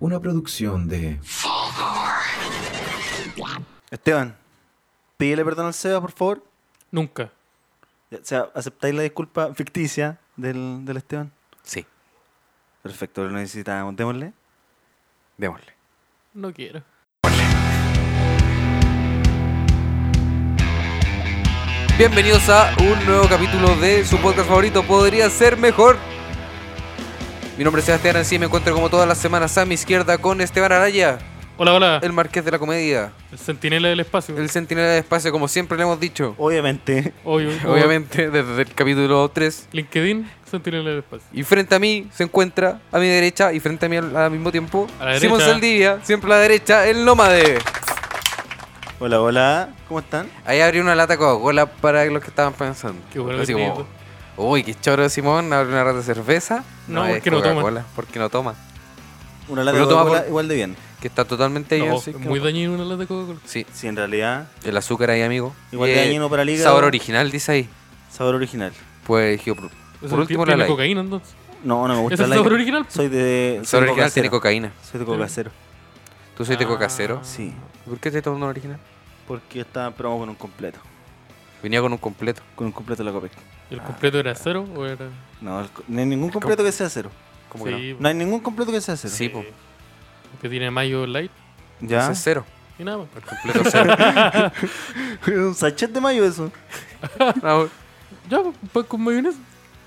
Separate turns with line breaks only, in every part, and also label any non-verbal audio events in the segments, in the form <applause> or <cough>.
Una producción de...
Esteban, pídele perdón al Seba, por favor.
Nunca.
O sea, ¿aceptáis la disculpa ficticia del, del Esteban?
Sí,
Perfecto, lo necesitábamos. Démosle.
démosle.
No quiero.
Bienvenidos a un nuevo capítulo de su podcast favorito, Podría Ser Mejor. Mi nombre es Sebastián Ancía y me encuentro como todas las semanas a mi izquierda con Esteban Araya,
Hola, hola. El,
el marqués de la comedia,
sentinela del espacio.
el centinela de espacio, como siempre le hemos dicho.
Obviamente.
Obvio-
Obviamente, desde el capítulo 3.
LinkedIn, sentinela del espacio.
Y frente a mí se encuentra, a mi derecha y frente a mí al, al mismo tiempo,
A la
Simón
derecha.
Saldivia, siempre a la derecha, el nómade.
Hola, hola. ¿Cómo están?
Ahí abrió una lata Coca-Cola para los que estaban pensando.
Qué bueno
Así
que pues.
como, uy, qué choro de Simón, abre una lata de cerveza.
No,
es
porque no toma.
Coca-Cola, Porque no toma.
Una lata de
Pero toma
Coca-Cola
por-
igual de bien.
Que está totalmente
No,
bien.
es muy dañino una lata de Coca-Cola.
Sí,
Sí, en realidad,
el azúcar ahí, amigo.
Igual
Y,
de
eh,
dañino para el hígado.
Sabor original, dice ahí.
sabor original.
Pues, dije, por,
Eso
por último,
tiene
la ley.
cocaína entonces.
No, no
¿Ese
me gusta
es
la
sabor original?
Soy
El
de. soy
sabor
de
original
Coca-Cero.
tiene cocaína.
Soy de coca cero.
Tú soy de
Ah.
coca cero.
Sí,
¿Por qué te tomas un original?
porque estaba en promo con un completo.
Venía con un completo.
Con un completo de la Copec.
Ah.
¿El completo era cero o era...?
No, el co- no hay ningún completo que sea cero.
¿Cómo que
sí, pues.
No hay ningún completo que sea cero.
Sí, pues. po.
Que tiene mayo light
no?
¿Ya?
Ese es cero.
y nada más.
El completo es
<laughs>
cero.
<laughs> un sachet de mayo eso.
No,
Ya, pues, pan con mayonesa.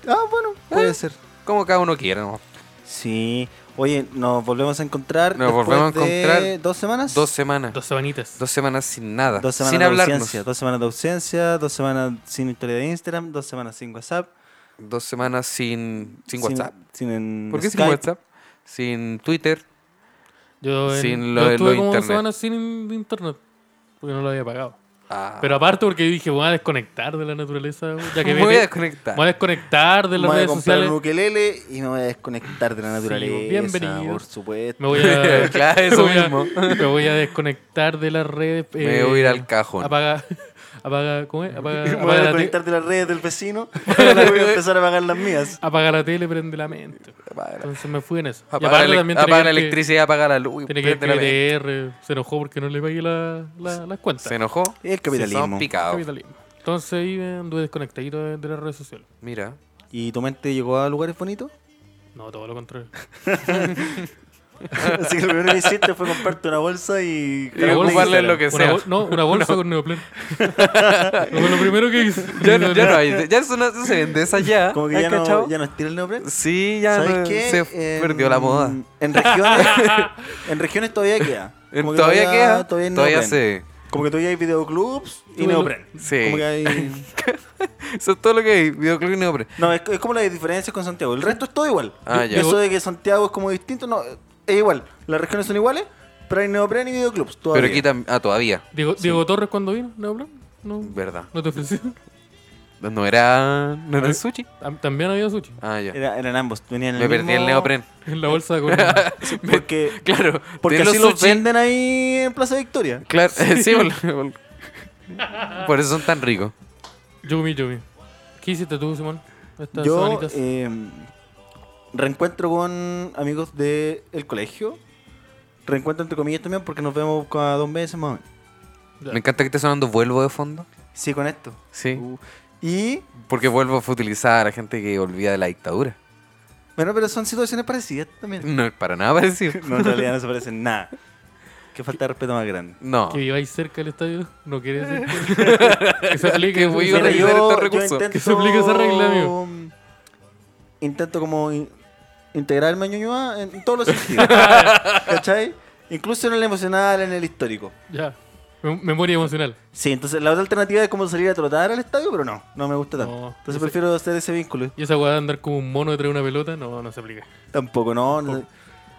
Ah,
Eh.
bueno, puede ser.
como cada uno quiera, ¿no?
Sí. Oye, nos volvemos a encontrar.
Nos
después
volvemos a
de
encontrar
¿Dos semanas?
Dos semanas.
Dos sabanitas.
Dos semanas sin nada.
Dos semanas
sin
de
hablarnos.
ausencia. Dos semanas de ausencia. Dos semanas sin historia de Instagram. Dos semanas sin WhatsApp.
Dos semanas sin, sin WhatsApp.
Sin, en
¿Por qué sin
Skype.
WhatsApp? Sin Twitter.
Yo, en-
Sin lo-
yo
lo
estuve como dos
internet.
semanas sin internet. Porque no lo había pagado.
Ah.
Pero aparte porque dije, voy a desconectar de la naturaleza. Ya que
me <laughs> voy a
vete-
desconectar.
voy a desconectar de
Me
las
voy a
redes
comprar
sociales.
un ukelele y me voy a desconectar de la
Sí,
naturaleza.
bienvenido.
Por supuesto.
Me voy a.
<laughs> Claro, eso
me voy a-
mismo.
<laughs> me voy a desconectar de las redes. eh,
Me voy a ir al cajón.
Apaga. <laughs> Apaga. ¿Cómo es? Apaga,
<laughs> Me
apaga
voy a
la, te-
desconectar de las redes del
<laughs>
vecino. Ahora voy a empezar a pagar las mías.
apaga la tele, prende la mente.
Apaga la-
Entonces me fui en eso. Y
Apaga
aparte
la,
también
elec-
tiene que
apaga la
ver que-
electricidad, apaga la luz.
Tiene que ver
prende
que
la vela.
BTR se enojó porque no le pagué la- la- las cuentas.
Se enojó.
El
Se son
capitalismo.
picados.
Capitalismo. Entonces ahí me anduve desconectadito de, de las redes sociales.
Mira.
¿Y tu mente llegó a lugares <laughs> bonitos?
No, todo lo contrario.
Así que lo primero que hiciste fue comprarte una bolsa y...
<laughs> Y ocuparle en lo que
Una
sea.
bol-
<laughs>
no, una bolsa con neopren. Fue lo primero que hice.
Ya no, ya
<laughs>
no hay. Ya eso no no se vende esa ya.
Como que
¿Has
ya no,
cachado?
ya no estira el neopren.
Sí, ya no-
¿Sabes qué? Em,
se
En-
perdió la moda. <laughs>
En regiones, en regiones todavía queda.
Eh,
Como que
Todavía queda.
Todavía, hay
Todavía
neopren.
se.
Como que todavía hay videoclubs y
Tuve lo-
neopren.
Sí.
Como que hay...
Eso es todo lo que hay. Videoclub y neopren.
No, es, es como las diferencias con Santiago. El resto es todo igual.
Ah,
Y
ya.
Eso de que Santiago es como distinto, no, es igual. Las regiones son iguales, pero hay neopren y videoclubs todavía.
Pero aquí también. Ah, todavía.
Diego, Diego Torres cuando vino, neopren. No,
Verdad.
no te ofrecí.
No era. No era el sushi.
<laughs> Tam- También había sushi.
Ah, ya.
Era- eran ambos, venían en
Me
el
perdí el
mismo-
neopren.
<laughs> En la bolsa con. Pero
Porque,
Claro.
porque
<laughs> tienen
así los
sushi.
venden ahí en Plaza Victoria.
Claro, <laughs> sí, bol- por eso son tan ricos.
<laughs> Yumi, Yumi. ¿Qué hiciste tú, Simón? Estas
Yo
semanitas.
eh, reencuentro con amigos del colegio. Reencuentro entre comillas también porque nos vemos cada dos meses más o menos.
Ya.
Me encanta que esté sonando Vuelvo de fondo.
Sí, con esto.
Sí.
Uh, y,
Porque Vuelvo fue utilizada a la gente que olvida de la dictadura.
bueno, pero son situaciones parecidas también.
<laughs>
No es para nada parecido.
<laughs> No, en realidad no se parecen nada. Qué falta de respeto más grande.
No.
Que viváis cerca del estadio. No quiere decir <laughs> que, que se aplique.
Que voy a
Mira,
arreglar
yo-
estos recursos.
intento-
este Que se aplique esa regla, amigo.
Intento como in- integrarme a Ñuñoa
<laughs>
en todos los sentidos. ¿Cachai? Incluso en el emocional, en el histórico.
Ya. Mem- Memoria emocional.
Sí, entonces la otra alternativa es como salir a trotar al estadio, pero no, no me gusta tanto.
No,
entonces
ese-
prefiero hacer ese vínculo.
Y esa weá de andar como un mono detrás de una pelota, no, no se aplica. <laughs>
Tampoco, no. no.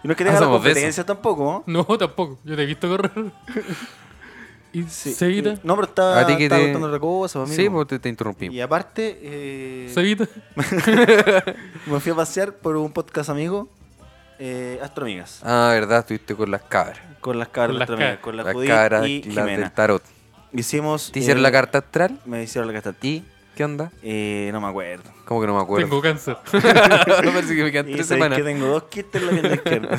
Y no es que
Ah,
tenga la
somos de eso.
competencia tampoco, ¿no?
No, tampoco. Yo te he visto correr. Y
Sí.
Cevita.
No, pero está,
A ti que
está
te-
contando otra cosa, pues, amigo.
Sí, porque te, te interrumpimos.
Y aparte, eh,
Cevita.
me fui a pasear por un podcast amigo, eh, Astroamigas.
Ah, verdad, estuviste con las cabras.
Con las cabras
Con las
de Astroamigas,
cabras.
con la
Las
Judith
cabras,
y
las del
Jimena.
tarot.
Hicimos.
Te hicieron
eh,
la carta astral
Me hicieron la carta.
y ¿Qué onda?
Eh, no me acuerdo.
Como que no me acuerdo.
Tengo cáncer.
no parece que <laughs> me quedan
Y
tres
sabéis
semanas.
que tengo dos kits en la
<laughs>
pierna izquierda.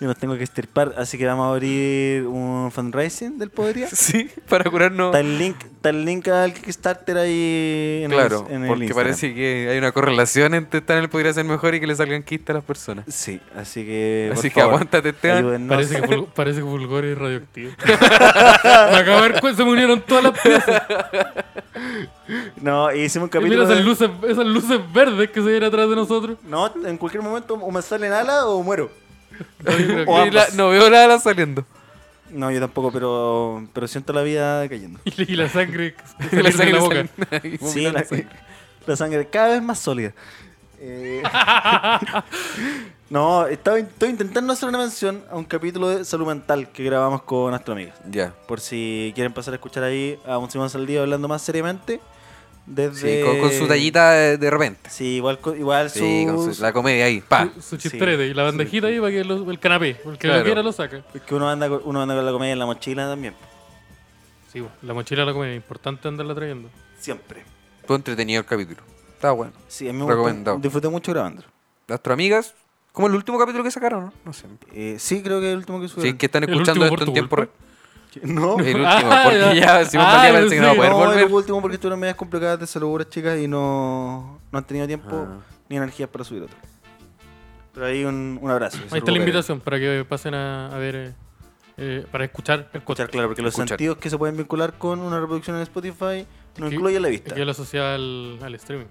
Yo los tengo que estirpar, así que vamos a abrir un fundraising del Podería.
Sí, para curarnos.
Está el link, está el link al Kickstarter ahí en el-
Claro,
en el
porque
Instagram.
parece que hay una correlación entre estar en el Podría Ser Mejor y que le salgan quistes a las personas.
Sí, así que. por
Así que
favor,
aguántate, Esteban.
ayúdennos.
Parece que, Fulg- parece que Fulgor es radioactivo. <laughs> Me acabo de dar cuenta, se me unieron todas las piezas.
No, hicimos un
Y mira
capítulo.
esas
de-
luces, esas luces verdes que se ven atrás de nosotros.
No, en cualquier momento o me salen alas o muero. O
Y la-
ambas.
no veo la ala <laughs> saliendo.
No, yo tampoco, pero, pero siento la vida cayendo.
<laughs> Y, la- y la sangre que se
Y
sale de la boca.
saliendo. Y
Sí,
vomitando
la,
sangre.
<laughs> la sangre cada vez más sólida.
<laughs>
Eh, <laughs> no, estaba, in- estoy intentando hacer una mención a un capítulo de salud mental que grabamos con nuestros amigos.
Ya.
Por si quieren pasar a escuchar ahí a un Simón Saldío hablando más seriamente.
Sí,
Desde...
con, con su tallita de, de repente.
Sí, igual, co- igual
Sí, con
sus-
su- la comedia ahí. Pa.
Su, su chistrete y la bandejita ahí para que lo- el canapé. El que
Claro.
lo quiera lo saca.
Es que uno anda, con- uno anda con la comedia en la mochila también.
Sí, bueno, la mochila la comida. Importante andarla trayendo.
Siempre.
Fue entretenido el capítulo. Está bueno.
Sí, a mí me gustó-
Recomendado.
disfruté mucho grabando.
Nuestras amigas, como el último capítulo que sacaron, ¿no? No sé.
Eh, sí, creo que es el último que subí.
Si es que están
El
escuchando
último
esto
por
en
tu
tiempo real.
culpa.
<laughs> No,
El
Ah,
último, porque
ya.
ya Simón
Ah,
Valdía parece que no va a
sí.
poder
no,
volver.
el último porque estuvieron medias complicadas de salud, puras chicas, y no, no han tenido tiempo
Ah.
ni energías para subir otro. Pero ahí un, un abrazo.
Ahí está la invitación para que pasen a, a ver, eh, eh, para escuchar el
Escuchar,
podcast.
claro, porque los
Escuchar.
sentidos que se pueden vincular con una reproducción en Spotify no
Que-
incluye la vista.
Que yo lo asocié al, al streaming.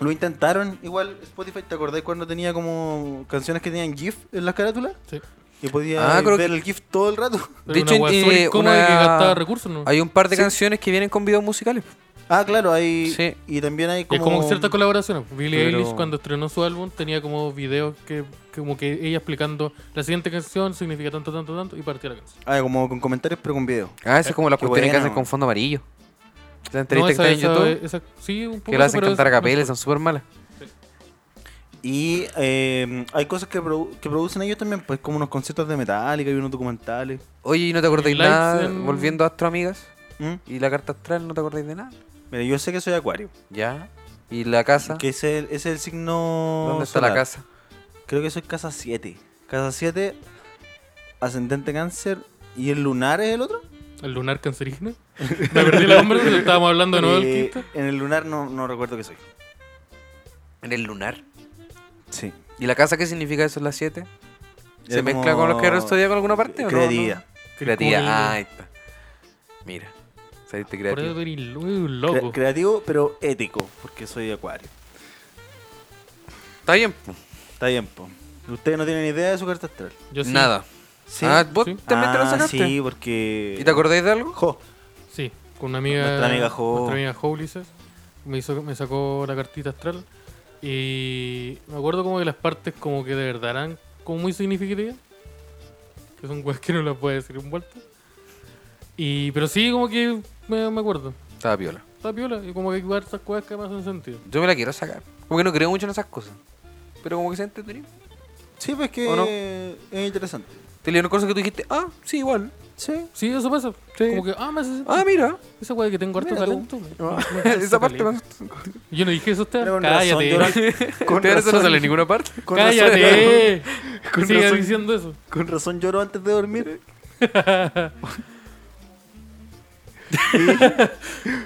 Lo intentaron igual Spotify, ¿te acordás cuando tenía como canciones que tenían GIF en las carátulas?
Sí.
Y podía
Ah, creo
ver el GIF todo el rato. <laughs>
Pero
De
una
hecho,
hueá
eh,
súper incómoda
una-
que gastaba recursos, ¿no?
Hay un par de canciones que vienen con videos musicales.
Ah, claro, hay.
Sí.
Y también hay
Que
como.
Es como cierta colaboración. Billie
Pero-
Eilish cuando estrenó su álbum tenía como videos que que como que ella explicando la siguiente canción significa tanto, tanto, tanto y partía la canción.
Ah, como con comentarios, pero con video.
Ah, esa es como las
Qué
cuestiones que
buena,
hacen
man.
con fondo amarillo. La entrevista
esa-
que está en
esa-
YouTube,
esa- sí, un poco
que la hacen
pero
cantar a
es-
capela, y son súper malas.
Y eh, hay cosas que, produ- que producen ellos también, pues como unos conciertos de Metallica y unos documentales.
Oye, ¿y no te acordáis
Lights
nada?
en-
Volviendo a Astro Amigas
¿Mm?
y la carta astral, ¿no te acordáis de nada?
Mira, yo sé que soy acuario,
Ya. ¿Y la casa?
que ese es el, ese es el signo...
Ah. ¿Dónde está
solar.
la casa?
Creo que soy casa 7. Casa 7, ascendente cáncer, ¿y el lunar es el otro?
El lunar
<laughs>
cancerígeno. Me perdí la conversación, estábamos hablando de nuevo del
Eh,
quinto.
en el lunar no, no recuerdo qué soy.
En el lunar.
Sí.
¿Y la casa qué significa eso en las 7? ¿Se
Es
mezcla con los que
como-
estudian con alguna parte o no?
Creatividad.
Que
Creativa.
como que-
Ah, ahí está. Mira. Saliste
Por eso
creativo.
tú eres un
Cre-
loco.
creativo, pero ético, porque soy acuario.
Está bien. pues. po.
Está bien, po. Ustedes no tienen idea de su carta astral.
Yo sí.
Nada.
Sí.
Ah, vos
Sí.
también te lo
Ah,
sacaste.
Sí, porque...
¿Y te acordáis de algo?
Jo.
Sí, con una amiga.
Nuestra amiga Jo.
Nuestra amiga Jo Ulises, Me, hizo, me sacó la cartita astral. Y me acuerdo como que las partes como que de verdad eran como muy significativas. Que son cosas que no las puede decir un vuelto. Y, pero sí, como que me, me acuerdo.
Estaba piola.
Está piola. Y como que hay esas cosas que me hacen sentido.
Yo me la quiero sacar. Como que no creo mucho en esas cosas. Pero como que se entretenido.
Sí, pues que
¿O no?
es interesante.
<laughs> Te leí una cosa que tú dijiste, ah, sí, igual.
Sí.
Sí, eso pasa.
Sí.
Como que, ah, me hace sentido.
Ah,
<laughs>
mira.
Esa weá que tengo harto
Mira tú.
talento. me- me hace
<laughs> Esa parte
caleta.
más.
Yo no dije eso, Esteban.
Pero con
Cállate.
razón, Con
Te eso no
razón.
sale en ninguna parte.
<laughs>
Con razón,
Cállate.
Con
Sigue
razón.
diciendo eso.
con razón lloro antes de dormir.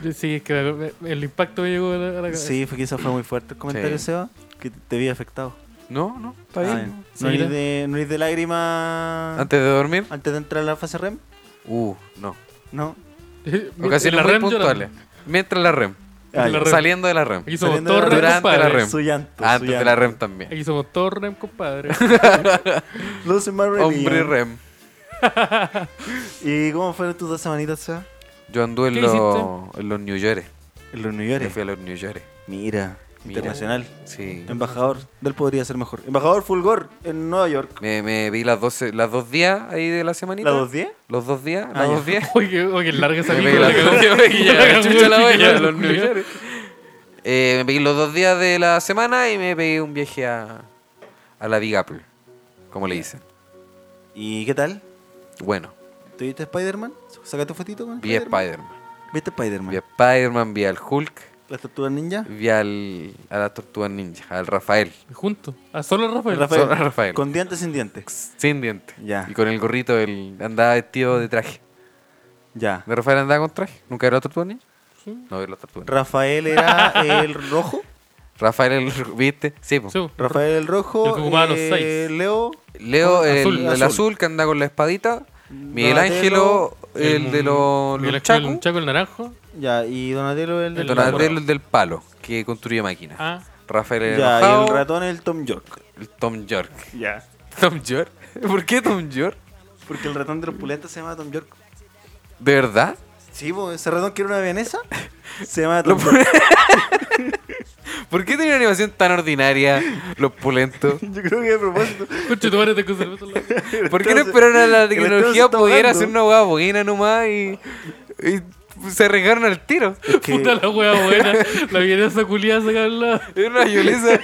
Y-
Sí, es que me- me- el impacto me llegó a la, a la cabeza.
sí, fue, quizás fue muy fuerte el comentario,
Sí.
Seba, que te vi afectado.
No, no, está
Ah,
bien.
ya. ¿No
Sí,
eres
ya.
de, no eres de lágrimas antes.
Antes de dormir.
de entrar a la fase REM?
Uh, no.
No.
<laughs>
Ocasiones muy
REM llorando.
puntuales. Mientras la REM.
Ah,
La
ya.
REM.
Saliendo de la REM.
Aquí somos
Saliendo
todos
de la-
REM,
Durante la
compadre.
REM.
Su llanto. su
Antes de la
llanto.
REM también.
Aquí somos todos REM, compadre.
Lucy Marilyn.
Hombre REM.
¿Y cómo fueron tus dos semanitas, Seba?
Yo anduve en,
¿Qué
los- en los New York.
En los New
Yo
York.
fui a los New York.
Mira,
Mira.
internacional.
Sí.
Embajador del podría ser mejor. Embajador Fulgor en Nueva York.
Me, me vi las, 12, las dos días ahí de la semanita.
¿La 210?
Los dos días.
Ah,
los
ya.
dos días.
<laughs> Oye, oye, larga esa
Me
película.
pegué <laughs> la- me pegué ya, la chucha la wea, los New
<laughs> York.
Eh, me pegué los dos días de la semana y me pegué un viaje a, a la Big Apple. Como le dicen.
¿Y qué tal?
Bueno,
¿Tuviste Spider-Man? ¿Sacaste fotito con
vi Spider-Man.
¿Viste Spider-Man?
Vi a Spider-Man, vi al Hulk,
¿La tortuga ninja?
vi al, a la tortuga ninja, al Rafael.
Juntos. A Ah, solo Rafael.
Rafael.
Solo Rafael.
Con dientes sin dientes.
Sin diente.
Ya.
Y con el gorrito, el andaba vestido de traje.
Ya.
¿De Rafael andaba con traje? ¿Nunca era tortuga ninja?
Sí.
No, era la tortuga ninja.
Rafael era el rojo.
Rafael, el, ¿viste? Sí, po.
Sí.
Rafael el
El
rojo.
que ocupaba los
eh,
seis.
Leo.
Leo, el
Azul.
el azul.
Azul.
que anda con la espadita. Miguel
Donatello,
Ángelo, el de los,
Miguel Ángel,
los chacos.
el Chaco, el naranjo.
Ya, y Donatello el del
El
Donatello, el del palo, que construye máquinas.
Ah.
Rafael el
Ya, y
enojado,
el ratón el Tom York.
el Tom York.
Ya.
<laughs> ¿Tom York? ¿Por qué Tom York?
Porque el ratón de los pulentas se llama Tom York.
¿De verdad?
Sí, po, ese ratón que era una vienesa se llama
Lo
Tom York.
¿Por qué tiene una animación tan ordinaria los pulentos?
Yo creo que a propósito.
Conche, tu madre te cruzó el otro lado.
¿Por qué no
<laughs> Entonces,
esperaron a la
que le
tecnología
estamos
pudiera
tomando.
hacer una hueá buena nomás y, y se arriesgaron al tiro? <laughs>
Es <laughs>
<laughs>
que-
Puta la wea buena. La vienesa culiada saca al lado. <laughs>
Es una violencia.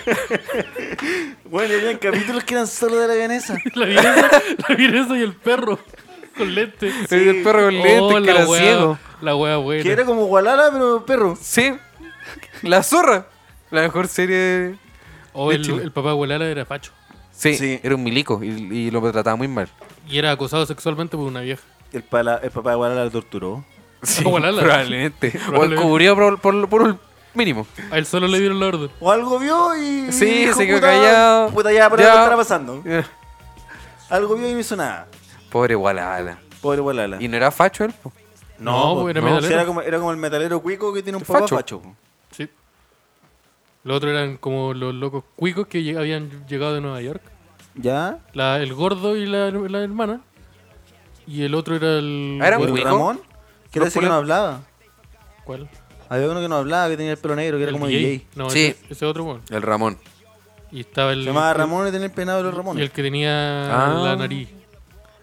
Bueno, y había capítulos que eran solo de
<laughs>
la vienesa.
La vienesa, la vienesa y el perro. Con lente.
El perro con lentes
Oh,
que era
wea-
ciego.
La wea buena.
Que era como Gualala, pero perro.
Sí. La zorra. La mejor serie de...
O
de
Oh, el,
Chile.
el papá de Gualala era facho.
Sí,
Sí.
era un milico y, y lo trataba muy mal.
Y era acosado sexualmente por una vieja.
El, pala- el papá de Gualala lo torturó.
Sí,
Gualala.
probablemente. O
Probablemente.
encubrió por, por, por el mínimo.
A él solo le dieron la orden.
O algo vio y.
Sí,
dijo,
se quedó
"Puta,
callado.
Puta, ya, pero
Ya.
algo estará pasando. Algo vio y no hizo nada.
Pobre Gualala.
Pobre Gualala.
Y no era facho él. po.
No,
po,
era
no,
metalero.
si era como, era como el metalero cuico que tiene un papá
Facho.
facho.
Sí. Los otros eran como los locos cuicos que lleg- habían llegado de Nueva York.
¿Ya?
La, el gordo y la, la hermana. Y el otro era el.
Ah, era
¿O
¿cuál?
el
cuico?
Ramón? Que
No,
era ese
por
que
el-
no hablaba.
¿Cuál?
Había uno que no hablaba, que tenía el pelo negro, que era
¿El
como DJ.
No,
Sí.
ese, ese otro, bueno.
El Ramón.
Y estaba el.
Se llamaba Ramón y tenía el peinado de los
Y el
Ramones.
que tenía
Ah.
la nariz.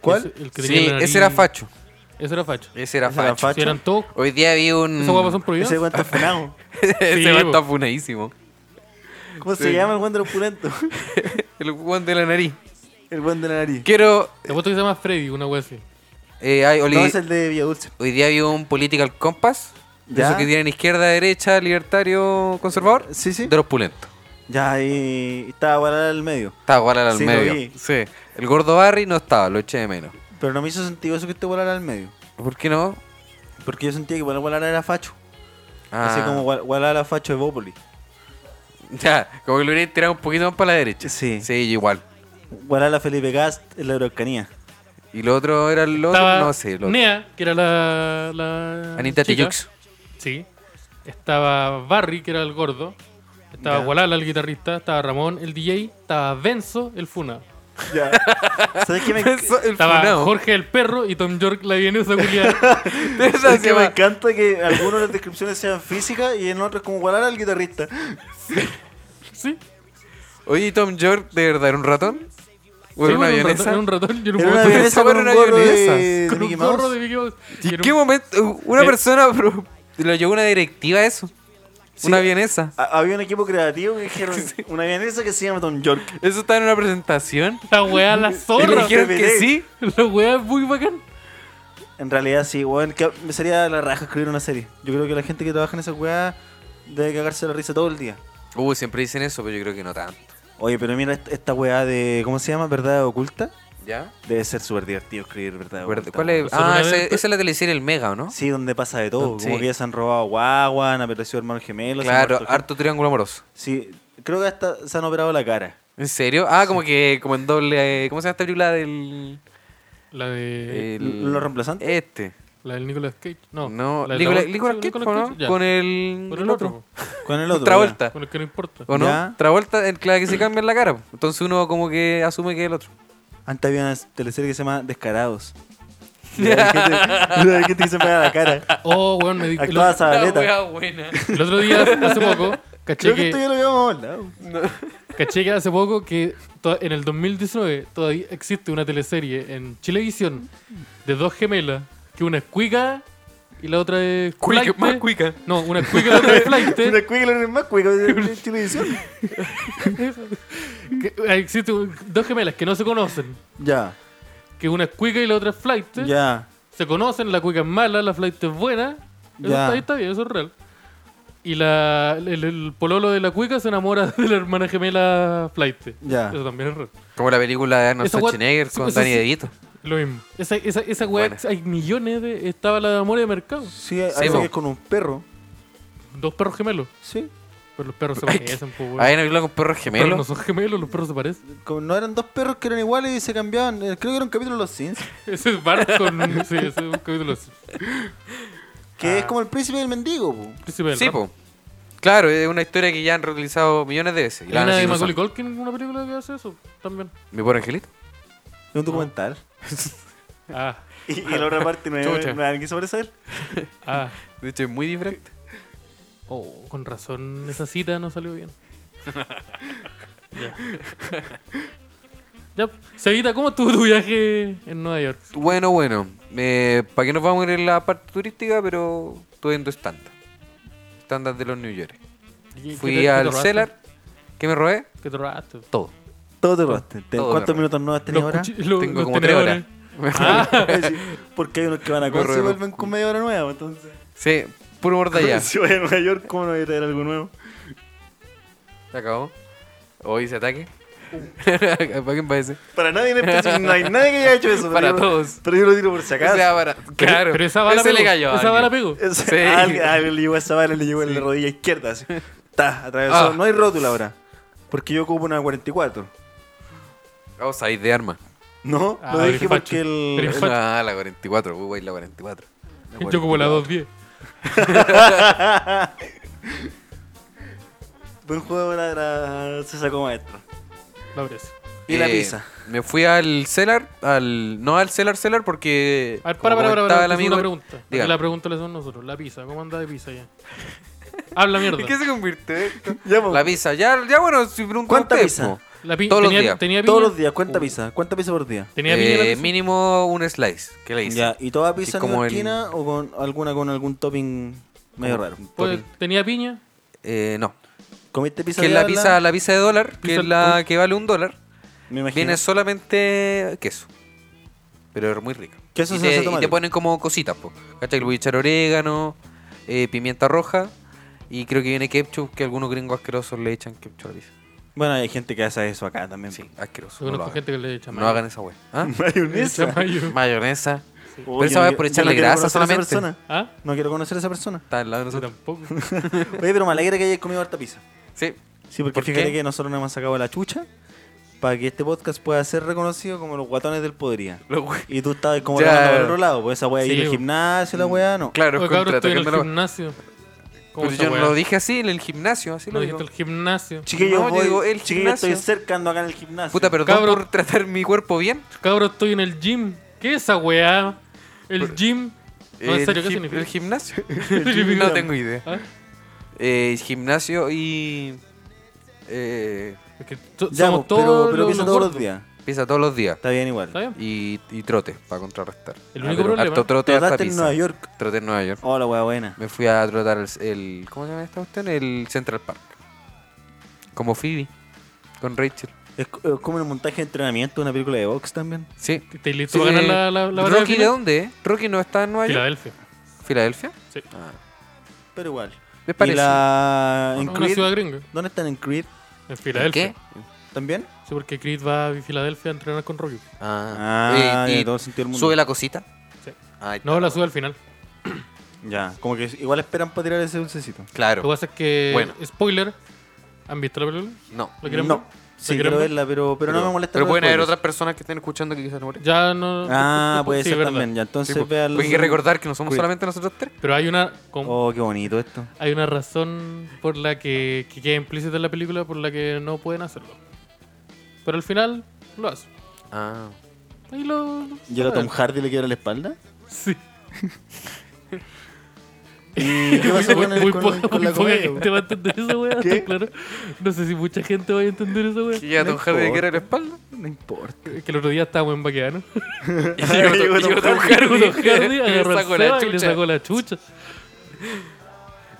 ¿Cuál?
Ese, el que tenía
Sí,
la nariz-
ese era facho.
Ese era facho.
Ese era
Ese era
facho. Mm.
facho.
Sí, eran todos.
Hoy día vi un...
Esos guapos son prohibidos.
Ese guante afunado.
<laughs> ese
Sí,
weón
po.
está funadísimo.
¿Cómo se llama el guante de los pulentos?
El guan de la nariz.
El guante de la nariz.
Quiero...
Te apuesto que se llama Freddy, una wea así.
eh, ay, Oli-
No, es el de Villadulce.
Hoy día vi un Political Compass. De
¿Ya?
esos que tienen izquierda, derecha, libertario, conservador.
Sí, sí.
De los pulentos.
Ya, y y estaba Gualala en el medio.
Estaba Gualala al
Sí, lo
medio.
vi.
Sí. El gordo Barry no estaba, lo eché de menos.
Pero no me hizo sentido eso que esté Gualala al medio.
¿Por qué no?
Porque yo sentía que Gualala era facho.
Ah,
Así
<laughs>
como Gua- Gualala facho de Bópoli.
Ya, como que lo hubiera tirado un poquito más para la derecha.
Sí.
Sí, yo igual.
Gualala Felipe Gast en la Euroscanía.
¿Y lo otro era el otro?
Estaba
No sé, el otro.
Nea, que era la. la
Anita
chica.
Tijux.
Sí. Estaba Barry, que era el gordo. Estaba
Ya.
Walala, el guitarrista. Estaba Ramón, el DJ. Estaba Benzo, el Funa.
Ya. <laughs> ¿Sabes qué <laughs> me,
Eso, el
Estaba
funao. <laughs>
Jorge, el perro. Y Tom York, la vienesa culiada.
Eso
¿sabes
se
qué me
llama-
encanta? Que algunas de las descripciones sean físicas y en otras como Gualala el guitarrista.
sí.
Oye, ¿y Tom York, ¿de verdad era un ratón?
Sí,
¿O era una
bueno, un ratón-
avionesa?
Era un ratón. y en un
Era una
momento-
avionesa
pensaba
con
en
un
una
gorro
avionesa.
de, de
con un
Mickey
gorro
Mouse.
de Mickey Mouse.
¿Y
Y
en
en
qué
un- Eh.
momento? Una
Era-
persona pro- lo llevó una directiva a eso.
Sí.
Una avionesa.
Ha- Había un equipo creativo que
<laughs>
dijeron una vienesa que se llama Tom York.
Eso estaba en una presentación.
La wea
<laughs>
la
Y le
zorra.
dijeron que
DVD.
sí.
La wea es muy bacán.
En realidad sí, weón, que me sería la raja escribir una serie. Yo creo que la gente que trabaja en esa weá debe cagarse la risa todo el día.
Uh, siempre dicen eso, pero yo creo que no tanto.
Oye, pero mira est- esta weá de, ¿cómo se llama? ¿Verdad oculta?
¿Ya?
Debe ser súper divertido escribir verdad oculta.
¿Cuál es?
Nosotros
Ah,
una
esa,
vez-
esa es la teleserie El Mega, ¿o no?
Sí, donde pasa de todo.
Sí.
Como que ya se han robado guagua, han aparecido hermanos gemelos. se han
Claro,
muerto gente.
harto triángulo amoroso.
Sí, creo que hasta se han operado la cara.
¿En serio? Ah, como que como en doble... eh, ¿Cómo se llama esta película del...?
La de.
el-
¿Lo reemplazante?
Este.
la del Nicolas Cage. No.
No,
la de
Nicolas
la-
Nicolas
sí,
Cage,
Nicolas
¿o
Cage,
¿no?
ya.
Con el,
Con el otro.
<laughs>
Con el otro.
Travolta.
Con el que no
<laughs>
importa.
¿O no?
Ya.
Travolta, eh, claro que se cambian la cara. Entonces uno como que asume que es el otro.
weá. Antes había una teleserie que se llama
<laughs>
Descarados. Y había gente- y había gente que se pega la cara.
Oh, weón, me di el,
Actuaba
otro-
Zabaleta.
buena.
el otro día, hace poco, caché
Creo que
que,
esto ya lo habíamos hablado.
caché que hace poco que to- en el 2019 todavía existe una teleserie en Chilevisión de dos gemelas, que una es cuica y la otra es
Cuica,
flaite.
más cuica.
No, una es cuica y la otra es
<laughs>
flaite.
Una cuica es más cuica de televisión.
Que- Existen un- dos gemelas que no se conocen,
Ya,
que una es cuica y la otra es flaite.
ya,
Se conocen, la cuica es mala, la flaite es buena. Eso
Ya.
está, ahí está bien, eso es real. Y la, el, el pololo de la cuica se enamora <laughs> de la hermana gemela Flight.
Ya.
Eso también es real.
Como la película de Arnold
Esa weá-
Schwarzenegger
sí,
con
pues,
Danny
sí.
DeVito.
Lo mismo. Esa, esa, esa weá,
Buena.
hay millones de. Estaba la de amor y de mercado.
Sí, hay
Sí,
algo
po.
que es con un perro. los
Dos perros gemelos.
Sí.
Pero los perros se
<laughs> Ay,
parecen, pues,
Hay Ah, una película con perros
Los perros no
gemelos.
son gemelos, los perros se parecen. <laughs>
Como no eran dos perros que eran iguales y se cambiaban. Eh, Creo que era un capítulo de los Sims.
Ese es Bart con. <laughs> sí, ese es un capítulo así.
Que
Ah.
es como el príncipe del mendigo, po.
Príncipe del
Sí,
rap.
po. Claro, es una historia que ya han reutilizado millones de veces. Y
Hay
la van a
una de
seguir
Macaulay
usando.
Culkin, una película que hace eso también.
¿Mi pobre angelito?
Es un documental.
Ah,
Y, y la otra parte no es
Chucha.
no es alguien sobre saber.
ah.
De hecho, Este es muy diferente.
Oh, con razón esa cita no salió
<laughs>
bien. ya. ya. Cevita, ¿cómo estuvo tu viaje en Nueva York?
Bueno, bueno. ¿Para qué nos vamos a ir en la parte turística? Pero estuve en dos tandas. Tandas de los New York.
¿Qué- qué te-
Fui
qué te
al
robaste?
Cellar. ¿Qué me robé?
¿Qué te robaste?
Todo.
Todo te robaste. Te-
Todo me
¿Cuántos
robé.
minutos no has tenido
Los
ahora? <laughs>
cuchi- los-
Tengo
los
como tres horas.
tenedores. Ah,
Sí, Porque hay unos que van a
Me
Corsi y
robé los
vuelven con media hora nueva, entonces.
<laughs> Sí, puro mordalla.
<laughs> Si voy a Nueva York, ¿cómo no voy a traer algo nuevo?
Se acabó. Hoy se ataque. Uh. <laughs> ¿Para quién parece?
Para nadie en
<laughs>
específico, no hay nadie que haya hecho eso. pero
Para
yo lo-
todos.
Pero yo lo tiro por si acaso.
O sea, para- Claro.
pero esa bala
ese
pegó.
le cayó. a
esa
alguien.
bala pegó.
Eso-
Sí.
a alguien, a alguien le llegó esa bala, le llegó en la rodilla izquierda. Así. Ta, atravesó.
Ah.
No hay rótula ahora. Porque yo ocupo una 44.
Vamos a ir Oh, de arma.
No,
Ah,
lo dije
eres facho.
porque el.
Eres facho.
Ah, la 44. Uy, güey, la 44. La
Yo como la
44.
210.
<laughs> Buen juego la- la- se sacó maestro.
La aprecio.
Y la
Eh,
pizza.
Me fui al Cellar, al no al Cellar Cellar porque
A ver,
como
para, para, para.
comentaba
para
el
te hago
amigo,
una pregunta.
Dígame.
La pregunta la hacemos nosotros. La pizza, ¿cómo anda de pizza ya? Habla mierda.
¿En <laughs> qué se
<laughs>
convirtió esto?
Ya, pues, po.
La pizza, ya, ya bueno, si pregunto
¿Cuánta
a usted,
pizza?
po.
La pi-
Todos los
tenía,
días.
tenía piña. Uh.
Todos los días,
uh.
¿cuánta pizza? ¿Cuánta pizza por día?
Tenía piña la
Eh,
pizza?
mínimo un slice. ¿Qué le hice?
Ya, ¿y toda
Sí,
pizza en
como
una
el-
esquina o con alguna con algún topping medio raro?
Pues, tenía piña.
Eh, no.
¿Comiste pizza
Que es
de
la
habla?
pizza, la pizza de dólar, que
Pizza-
es la que vale un dólar,
Me imagino.
viene solamente queso. Pero es muy rica.
Queso,
y,
salsa,
te, y
tomate.
te ponen como cositas, po. ¿Cachai? Le voy a echar orégano, eh, pimienta roja. Y creo que viene ketchup, que algunos gringos asquerosos le echan ketchup a la pizza.
Bueno, hay gente que hace eso acá también. <laughs>
Sí, asqueroso.
Yo
no lo
conozco
hagan.
gente que le echa
No hagan esa wea.
<laughs>
¿Ah?
Mayonesa.
<laughs>
mayo.
Mayonesa.
Oye,
Pero esa va
yo-
por
yo
echarle
quiero
grasa
conocer a esa
solamente.
persona.
¿Ah?
No quiero conocer a esa persona.
Está al lado de
Yo
nosotros. <laughs>
tampoco.
Oye, pero me alegra que hayas comido harta pizza.
Sí.
Sí, porque
¿Por
fíjate
qué?
que nosotros nos hemos sacado la chucha para que este podcast pueda ser reconocido como los guatones del podría.
Lo we-
Y tú estabas como
Ya.
remando por otro lado, pues esa weá
Sí,
ir al
bo.
gimnasio, la weá, no.
Claro,
Oye, cabrón, estoy en
contraatacar
el
la wea.
gimnasio. ¿Cómo
Pero pues
esa
yo no
weá?
lo dije así, en el gimnasio, así
No,
lo
yo
digo.
estoy en el gimnasio.
Chiquillo,
No, yo
voy-
digo, el
chiquillo, estoy
gimnasio.
cercando acá en el gimnasio.
Puta, perdón
Cabro.
por tratar mi cuerpo bien.
Cabro, estoy en el gym. ¿Qué es esa weá? El
Pero-
gym. <laughs> No, en
El
serio, ¿qué
gim-
significa?
El
<laughs>
gimnasio.
Significa-
no tengo idea.
¿Ah?
Eh, gimnasio y. Eh,
Es que to-
Ya,
somos
bo, pero,
todos
pero
los-
pizza
los
todos los
gordos.
días.
pizza todos los días.
Está bien igual.
¿Está bien?
Y, y trote, para contrarrestar. Ah,
El único
pero
problema-
harto trote,
Te
harta
trataste en
pizza.
Nueva York.
Trote en Nueva York.
Oh, la weá buena.
Me fui a trotar el, el- ¿Cómo se llama esta cuestión? El Central Park. Como Phoebe. Con Rachel.
Es, co- es como el montaje de entrenamiento de una película de box también.
Sí.
¿Te listo
Sí,
para ganar la, la, la
¿Rocky de
final?
dónde? eh? ¿Rocky no está en Nueva York?
Filadelfia.
¿Filadelfia?
Sí.
Ah.
Pero igual.
¿Les
¿Y
parece?
la... en
Una
Creed?
ciudad gringa.
¿Dónde están en Creed?
En
¿En
Filadelfia.
¿Qué?
¿También?
Sí, porque Creed va a Filadelfia a entrenar con Rocky.
Ah.
Ah,
Y-
ya,
y
todo el sentido del mundo.
¿Sube la cosita?
Sí.
Ay,
No, la sube al final.
Ya, como que igual esperan para tirar ese dulcecito.
Lo que
Claro.
pasa es que.
Bueno.
Spoiler. ¿Han visto la película?
No.
¿La quieren
no,
ver?
sí,
quieren
quiero
ver?
verla, pero, pero, no me molesta.
Pero
los
pueden haber
spoilers.
otras personas que estén escuchando que quizás no molesten.
Ya no.
Ah,
sí,
puede
es
ser
verdad.
también. Ya, entonces
Sí, pues.
vean.
Porque hay que recordar que no somos
Cuida.
solamente nosotros tres.
Pero hay una. con-
Oh, qué bonito esto.
Hay una razón por la que, que queda implícita en la película por la que no pueden hacerlo. Pero al final lo hacen.
Ah.
Ahí lo. lo-
Llega Tom Hardy y le quiebra la espalda.
Sí.
¿Y <laughs> qué pasó
muy
con, el,
muy
con,
poca,
con
muy
la
poca
comedia?
gente va a entender esa wea,
¿Qué?
está claro. No sé si mucha gente va a entender esa wea.
Que ya
No
Tom Hardy le
importa.
quiere la
<laughs>
espalda.
No importa.
Que el otro día estábamos en
<laughs>
Baqueano.
Y llegó Tom- y llegó Tom
Cargo Tom
Hardy.
Hardy
y <laughs> le
agarró el
sacó la
Seba y le
chucha.
sacó la chucha.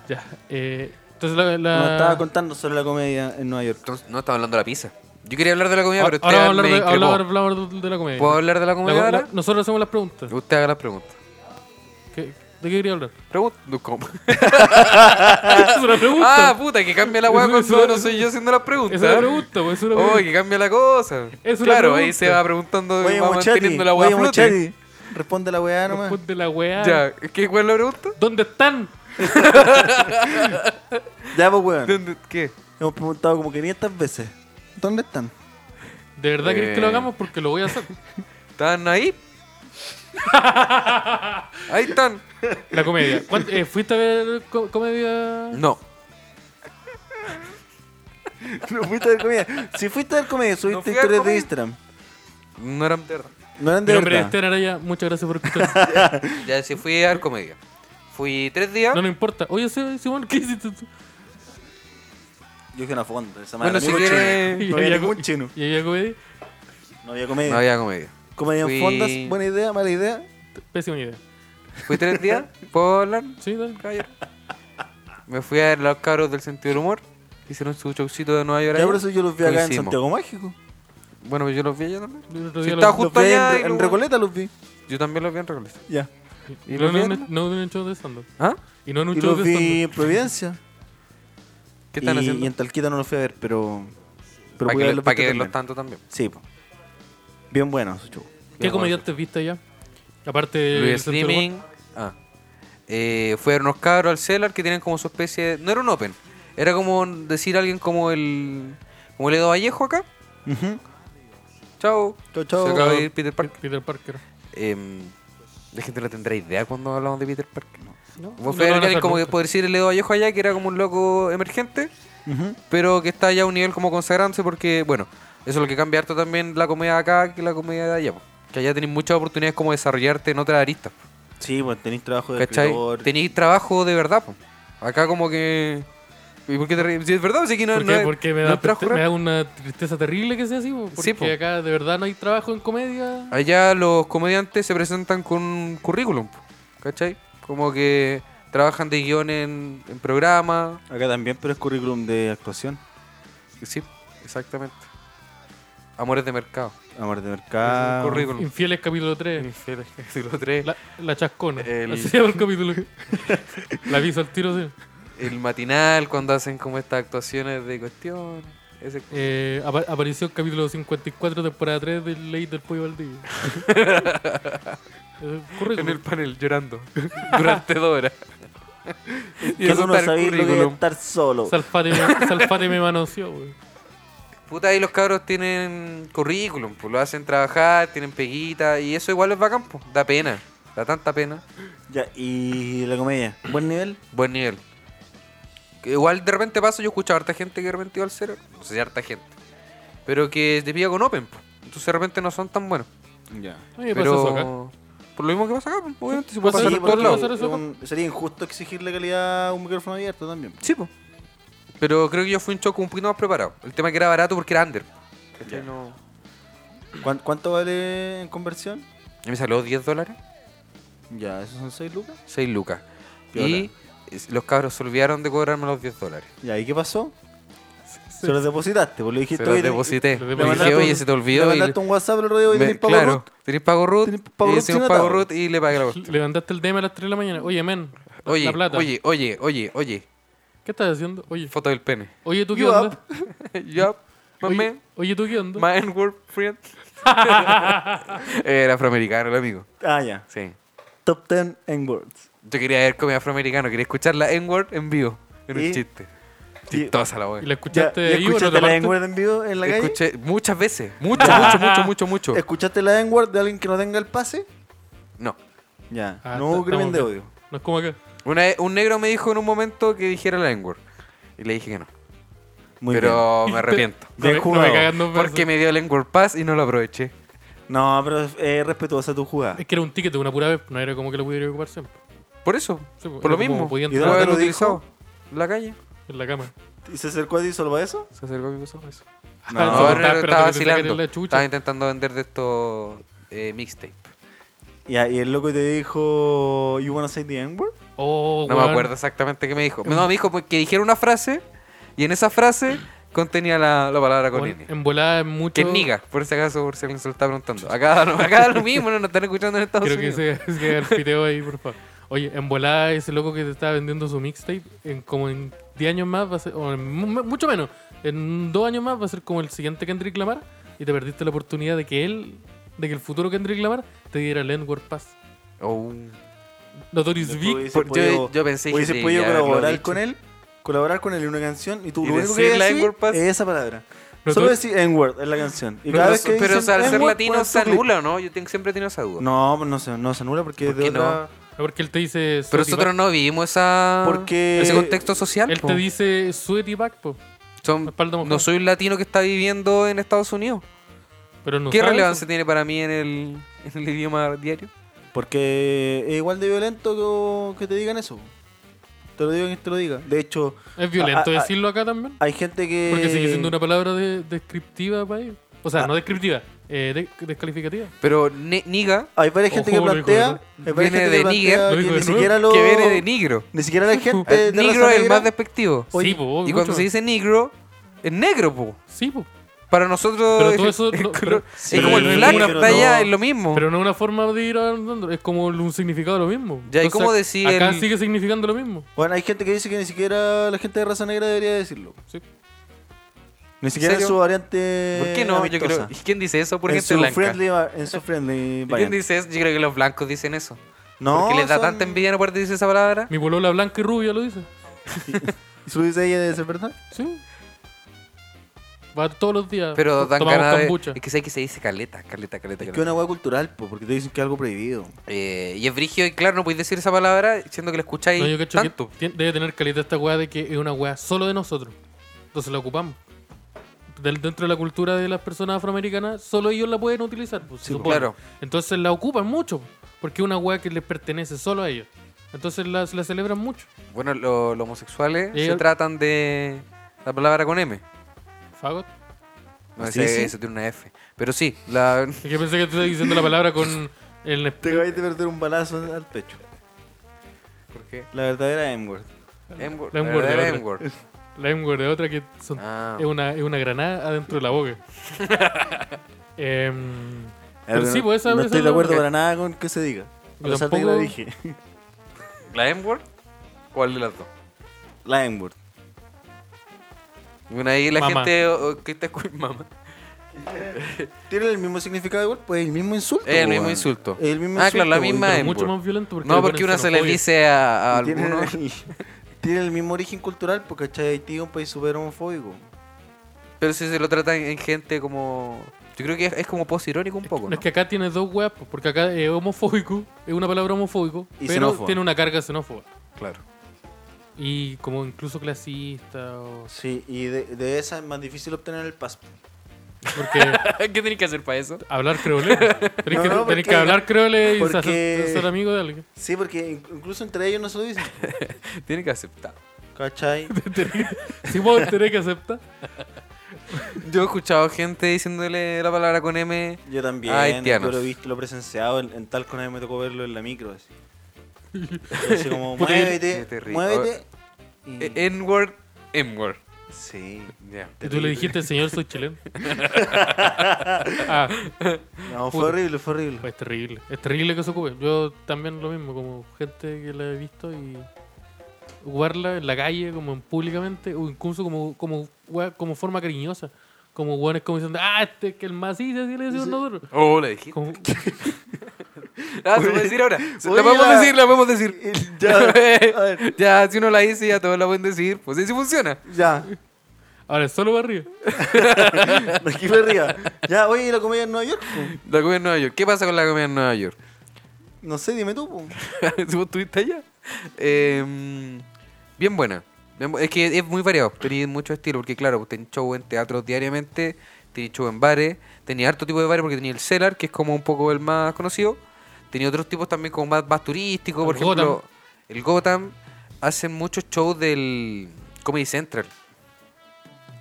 Ya. Eh, entonces la. la-
Nos estaba contando sobre la comedia en Nueva York.
Entonces, no, estaba hablando de la pizza. Yo quería hablar de la comida,
ahora
pero usted
ahora vamos a hablar
me
de,
increpó.
hablar- hablar de la comedia.
¿Puedo hablar de la
La-
comida
la-
ahora?
nosotros hacemos las preguntas.
Usted haga las preguntas.
¿Qué- ¿De qué quería hablar?
Pregunta. no, ¿Cómo?
es una pregunta.
<laughs> Ah, puta, que cambia la weá
Eso-
cuando
eso-
no soy yo haciendo la pregunta.
es una pregunta, pues, es una
Oh,
pregunta.
que cambia la cosa.
Es una
claro, ahí
pregunta.
se va preguntando,
Oye,
va
Muchati,
manteniendo la weá
oye,
a flote.
Muchati, responde la weá nomás.
Responde la weá.
Ya, ¿qué weá es la pregunta?
¿Dónde están?
Ya, pues, weón.
¿Dónde- ¿Qué?
Hemos preguntado como 500 veces. ¿Dónde están?
¿De verdad
Eh.
querés que lo hagamos? Porque lo voy a hacer. <laughs>
¿Están ahí? ahí están.
La comedia. ¿Cuánto- eh, ¿Fuiste a ver co- comedia?
No.
No fuiste a ver comedia. Si fuiste a ver comedia, subiste
fui a ver
historias de
comedia.
Instagram.
No eran de verdad.
No eran
Mi
de
nombre es
verdad.
Esteban Araya. este Muchas gracias por escuchar.
Ya, sí, fui a ver comedia. Fui tres días.
No, no importa. Oye, Seba, Simón, ¿qué hiciste tú?
Yo fui a una fonda. Esa
bueno,
madre,
si
amigo chino.
quieres...
No había ningún chino.
¿Y había comedia?
No había comedia.
No había comedia.
Comedia
Fui-
en fondas, buena idea, mala idea.
Pésima idea.
Fui tres
<laughs>
días. ¿Puedo hablar?
Sí, dale.
Caballero. Me fui a ver los cabros del sentido del humor. Hicieron su showcito de Nueva York.
Ya
ahí.
por eso yo los vi
Lo
acá en
hicimos.
Santiago Mágico.
Bueno, yo los vi allá también.
El otro
Si
día
está
lo-
Justo
Los vi en,
allá y
en
luego-
Recoleta, los vi.
Yo también los vi en Recoleta.
Ya.
¿Y
lo-
los
no,
viernes?
no, no en un show de stand
¿Ah?
Y no en un
Y
show de
los vi
stand
en Providencia.
<laughs> ¿Qué están
y,
haciendo?
y en Talquita no los fui a ver, pero. Pero
para
pude
que,
verlos
pa'
visto
que verlos
también.
tanto también.
Sí, po. Bien bueno su show.
¿Qué
Bien, bueno.
comediantes viste allá? Aparte del
Luis
Centro del Humor.
Streaming. Ah. Eh, fueron unos cabros al Cellar que tienen como su especie de- No era un open. Era como decir a alguien como el... Como el Edo Vallejo acá.
Ujú.
Chao.
Chao, chao.
Se acaba de ir Peter Parker.
Peter Parker.
Em, la gente no tendrá idea cuando hablamos de Peter Parker.
No, no
Vos
lo van a
fue
hacer
como que
nunca.
por decir el Edo Vallejo allá, que era como un loco emergente,
Ujú.
pero que está ya a un nivel como consagrándose porque, bueno, eso es lo que cambia harto también la comedia de acá que la comedia de allá. po. Que allá tenéis muchas oportunidades como de desarrollarte en otras aristas. po.
Sí, pues tenéis trabajo de
¿Cachai?
escritor.
Tenéis trabajo de verdad. po. Acá como que... ¿Y por qué te ríes? Si es verdad, pues, si aquí no,
¿Por
no
qué?
es-
Porque me
no
da,
es trabajo
triste- me
real.
da una tristeza terrible que sea así. po, Porque
Sí, po. Ah,
acá de verdad no hay trabajo en comedia.
Allá los comediantes se presentan con un currículum. po, ¿Cachai? Como que trabajan de guión en, en programa.
Acá también, pero es currículum de actuación.
Sí, exactamente. Amores de mercado.
Amor de
Es un
mercado.
currículum.
Infieles capítulo 3.
<laughs> Infieles, capítulo 3.
La, la chascona.
El-
Así se
<laughs>
llama el capítulo. la aviso al tiro, sí.
El matinal, cuando hacen como estas actuaciones de cuestiones. Ese,
Eh, apa- apareció el capítulo 54, temporada 3 del Ley del Pollo
<laughs>
Valdivia. Es un
en el
currículum.
panel, llorando. <laughs> durante dos horas. y
Que tú no
está el
sabéis lo que es
currículum.
estar solo.
Salfate, me- Salfate me manoseó, güey.
Puta, ahí los cabros tienen currículum, pues lo hacen trabajar, tienen peguita, y eso igual es bacán, pues. Da pena, da tanta pena.
Ya, y la comedia. Buen nivel.
Buen nivel. Que Igual de repente pasa, yo escucho a harta gente que de repente iba al cero, no sé si harta gente, pero que te pilla con Open, pues. Entonces de repente no son tan buenos.
Ya.
A mí me
pero
pasó eso acá.
por lo mismo que pasa acá, pues, obviamente se
Pues
puede
sí,
pasar en
porque
todos
va a
lados.
ser eso,
un- sería injusto exigirle calidad a un micrófono abierto también.
Sí, pues. Pero creo que yo fui un choco un poquito más preparado. El tema que era barato porque era under. ¿Cachai?
Ya.
No-
¿Cuán- ¿Cuánto vale en conversión?
Y me salió 10 dólares,
Ya, esos son 6 lucas.
6 lucas.
Piola.
Y es- los cabros se olvidaron de cobrarme los 10 dólares.
Ya, ¿y qué pasó?
Sí.
Se los depositaste, pues le dijiste.
Se los
oye,
deposité.
le
Le
mandaste
dije,
un-
oye, se te
Le
olvidó. Y
mandaste un WhatsApp el otro día y
me-
tenés pago
claro,
Ruth.
tenés pago root.
Tenés pago
y
root
hicimos
sin
pago
atado.
root y le
<laughs>
pagué la cuota.
Levantaste el DM a las 3 de la mañana. Oye, men. la-
Oye,
la plata.
oye, oye, oye, oye.
¿Qué estás haciendo? Oye,
Foto del pene. <laughs>
oye ¿tú qué
You
onda?
yup. My
Oye,
man.
oye, ¿tú qué onda?
My and work
<laughs>
friend. <laughs> Era afroamericano el amigo.
Ah, ya.
Sí.
Top 10 en words.
Yo quería ver comedia afroamericana, quería escuchar la N-word en vivo, en
¿Y?
un chiste.
Y-
Chistosa la
¿Y la
wea.
Ya,
escuchaste ahí o
¿y
no te
¿Escuchaste la
aparte?
en word en vivo en la calle?
Escuché muchas veces, mucho, mucho, mucho, mucho, mucho.
¿Escuchaste la en word de alguien que no tenga el pase?
No.
Ya.
Ah,
no
está-
hubo crimen
estamos
de
bien.
odio.
No es como acá.
Una vez- un negro me dijo en un momento que dijera la N-word. Y le dije que no.
Muy
pero
<laughs>
me arrepiento.
No me-
Bien
no me
jugado.
cagas, no, pero-
Porque me dio el N-word pass y no lo aproveché.
bien. No, pero es eh, respetuosa tu jugada.
Es que era un ticket de una pura vez, no era como que lo pudiera ocupar siempre.
Por eso,
Sí, pues,
por lo
era como
mismo.
podía
Podían
entrar. ¿Y dónde lo
utilizado en la calle.
En la cama.
¿Y se acercó a ti solo para eso?
Se acercó a mi persona eso.
No,
No,
Ah, estaba
no, no, no,
esperando
estaba
que te saquen
vacilando.
la chucha.
Estaba intentando vender de estos eh, mixtape.
Ya, y el loco te dijo, ¿You wanna say the N-word?
Oh,
No me
weón.
acuerdo exactamente qué me dijo. No, me dijo pues, que dijera una frase y en esa frase contenía la, la palabra con
Weón,
N.
En volada es mucho.
Que es niga, por si acaso, por si <laughs> alguien se lo está preguntando. Acá, acá lo mismo, no nos están escuchando en Estados
Creo que
Unidos.
se, se haga el piteo ahí, por favor. Oye, en volada ese loco que te estaba vendiendo su mixtape, en como en 10 años más va a ser, o en mu- mucho menos, en 2 años más va a ser como el siguiente Kendrick Lamar y te perdiste la oportunidad de que él, de que el futuro Kendrick Lamar te diera el Edward Pass.
Oh.
Notorious Big.
Por- yo- yo pensé que
hubiese
sí,
podido
ya lo he
colaborar
dicho.
con él, colaborar con él en una canción y tú
Y
lo único que
decirle
decís
N-word, pas-
es esa palabra.
Pero
Solo
tú-
decir N-word en la canción. Y cada
Pero,
vez que
pero, o
dicen
sea, al ser
N-word,
latino
pones
se
tu clip.
anula, ¿no? Yo ten- siempre he tenido esa duda.
No, pues no se, no se anula porque
¿Por
es de
qué no?
otra-
Porque él te dice.
Pero
Sweaty
nosotros
Back.
no vivimos esa,
Porque-
ese contexto social.
Él
po.
te dice Sweaty Back, po.
Son-
Espalda mojada.
no soy un latino que está viviendo en Estados Unidos.
Pero no
¿Qué
sabe
relevancia
eso.
tiene para mí en el, <laughs> en el idioma diario?
Porque es igual de violento que, que te digan eso. Te lo digo quien te lo diga. De hecho,
Es violento
Ah, ah, ah.
decirlo acá también.
hay gente que.
Porque
Eh,
sigue siendo una palabra de- descriptiva para ellos. O
Ah.
sea, no descriptiva, eh, de- descalificativa.
Pero ne- niga,
Hay varias gente que
Ojo, lo dijo
plantea.
de-
hay varias
viene
gente
de
que
nigger,
plantea
lo dijo
que
de
ni
nuevo,
siquiera lo.
que viene de negro.
Ni siquiera la gente.
El
de raza
negro es el
negra-
más despectivo.
Oye,
sí, po,
Y
mucho.
cuando se dice negro, es negro, po.
Sí, po.
Para nosotros
Pero
es,
todo eso
<laughs>
no-
es
pero-
como-
Sí,
es como el
pero
flag,
negro
está allá,
no.
es lo mismo.
Pero no es una forma de ir andando, es como un significado de lo mismo.
Ya, ¿y
Entonces,
cómo decir
Acá
el-
sigue significando lo mismo.
Bueno, hay gente que dice que ni siquiera la gente de raza negra debería decirlo.
Sí.
Ni siquiera en
serio?
su variante.
¿Por qué no? Yo creo,
amistosa.
¿y ¿Quién dice eso? Por
en
gente
su
blanca.
friendly, va- en su friendly
¿Y <laughs> ¿Quién
variante.
dice eso? Yo creo que los blancos dicen eso.
No,
porque les da
son-
tanta envidia no poder decir esa palabra.
Mi polola blanca y rubia lo dice.
¿Y su dice ella de
<laughs>
ser verdad?
Sí. Va todos los días.
Pero dan
tomamos
ganas de...
kombucha.
Es que sé que se dice caleta, caleta, caleta,
Es que
caleta.
es una hueá cultural, po, porque te dicen que es algo prohibido.
Eh, y es brígido y claro, no podéis decir esa palabra siendo que la escucháis
No, yo cacho que
tanto.
tien- debe tener calidad esta weá de que es una weá solo de nosotros. Entonces la ocupamos. Del- dentro de la cultura de las personas afroamericanas, solo ellos la pueden utilizar. pues, se
Sí,
supone.
claro.
Entonces la ocupan mucho, porque es una weá que les pertenece solo a ellos. Entonces la, la celebran mucho.
Bueno, lo- los homosexuales
Y
se
el-
tratan de la palabra con M.
Fagot.
No,
¿Sí,
ese,
sí?
ese tiene una F. Pero sí, la...
Es que pensé que te estaba diciendo la palabra con el.
Te acabáis de perder un balazo al pecho.
¿Por qué?
La verdadera M-word.
M-word,
La
la
M-word de otra.
verdadera M-word.
La lengua de otra que son-
Ah.
es, una, es una granada adentro de la
<laughs>
boca. Em, Pero sí,
no,
pues, esa-
no
esa
estoy
es
de
la
acuerdo
hueá.
para nada con que se diga. A
Yo
pesar de que la
tampoco-
dije.
¿La M-word? ¿Cuál de las dos?
La M-word.
Bueno, ahí la
Mamá.
gente o- o que te escucha, <laughs> mamá.
¿Tiene el mismo significado de word? Pues el mismo insulto.
Es el mismo
weón.
insulto.
Es el mismo
Ah, claro, la
insulto,
misma
weón.
pero mucho
N-word.
más violento. Porque
no,
le
porque
ponen
una se le
xenofobia.
dice a, a
Y tiene, <laughs>
algunos...
el, tiene el mismo origen cultural, porque ¿cachai? Haití es un país súper homofóbico.
Pero si se lo trata en en gente como... Yo creo que es, es como post-irónico un poco,
No,
¿no?
Es que acá tiene dos weas, pues, porque acá es homofóbico, es una palabra homofóbico,
Y
pero
xenófoba.
tiene una carga xenófoba.
Claro.
Y como incluso clasista, o-
Sí, y de, de esa es más difícil obtener el paso.
<laughs>
porque
¿Qué tenéis que hacer para eso?
hablar creole.
<laughs>
Tenés,
No,
que,
no,
tenés que
porque-
hablar creole y sa-
porque-
ser amigo de alguien.
Sí, porque in- incluso entre ellos no se lo dicen.
Tiene que aceptar.
<laughs> ¿Cachai?
Si
<laughs>
vos tenés que aceptar.
Yo he escuchado gente diciéndole la palabra con M.
Yo también.
Haitianos.
Yo lo he visto, lo he presenciado. En, en tal con me tocó verlo en la micro. Así, <laughs> así como,
Puta,
muévete,
qué terrible.
muévete. Y-
E- N-word, M-word.
sí.
Ya.
Y tú le dijiste, señor, soy
<laughs>
chileno. ah,
No, fue horrible, fue horrible.
pues es terrible. Es terrible que se ocupe. Yo también lo mismo, como gente que la he visto y ocuparla en la calle, como en públicamente, o incluso como, como, wea- como forma cariñosa. Como hueones como diciendo, ah, este es que el macizo, así le decimos nosotros.
Oh, la dijiste.
Como-
Ah, se puede decir ahora. Se- La
Oye,
podemos
la-
decir, la podemos decir.
Y- <laughs> ya, a ver,
<laughs> ya, si uno la dice, ya todos la pueden decir. Pues sí, sí funciona.
<laughs> ya.
Ahora, es solo para arriba.
De aquí para arriba. Ya, oye, ¿y la comedia en Nueva York? po?
La comida en Nueva York. ¿Qué pasa con la comida en Nueva York? <laughs>
No sé, dime tú. po.
si vos estuviste allá. Eh, bien buena. Bien bu- Es que es muy variado. Tenéis mucho estilo. Porque, claro, tenéis show en teatros diariamente. Tenéis show en bares. Tenéis harto tipo de bares porque tenéis el Cellar, que es como un poco el más conocido. Tenéis otros tipos también como más, más turísticos. Por
El
ejemplo, el Gotham. Hacen muchos shows del Comedy Central.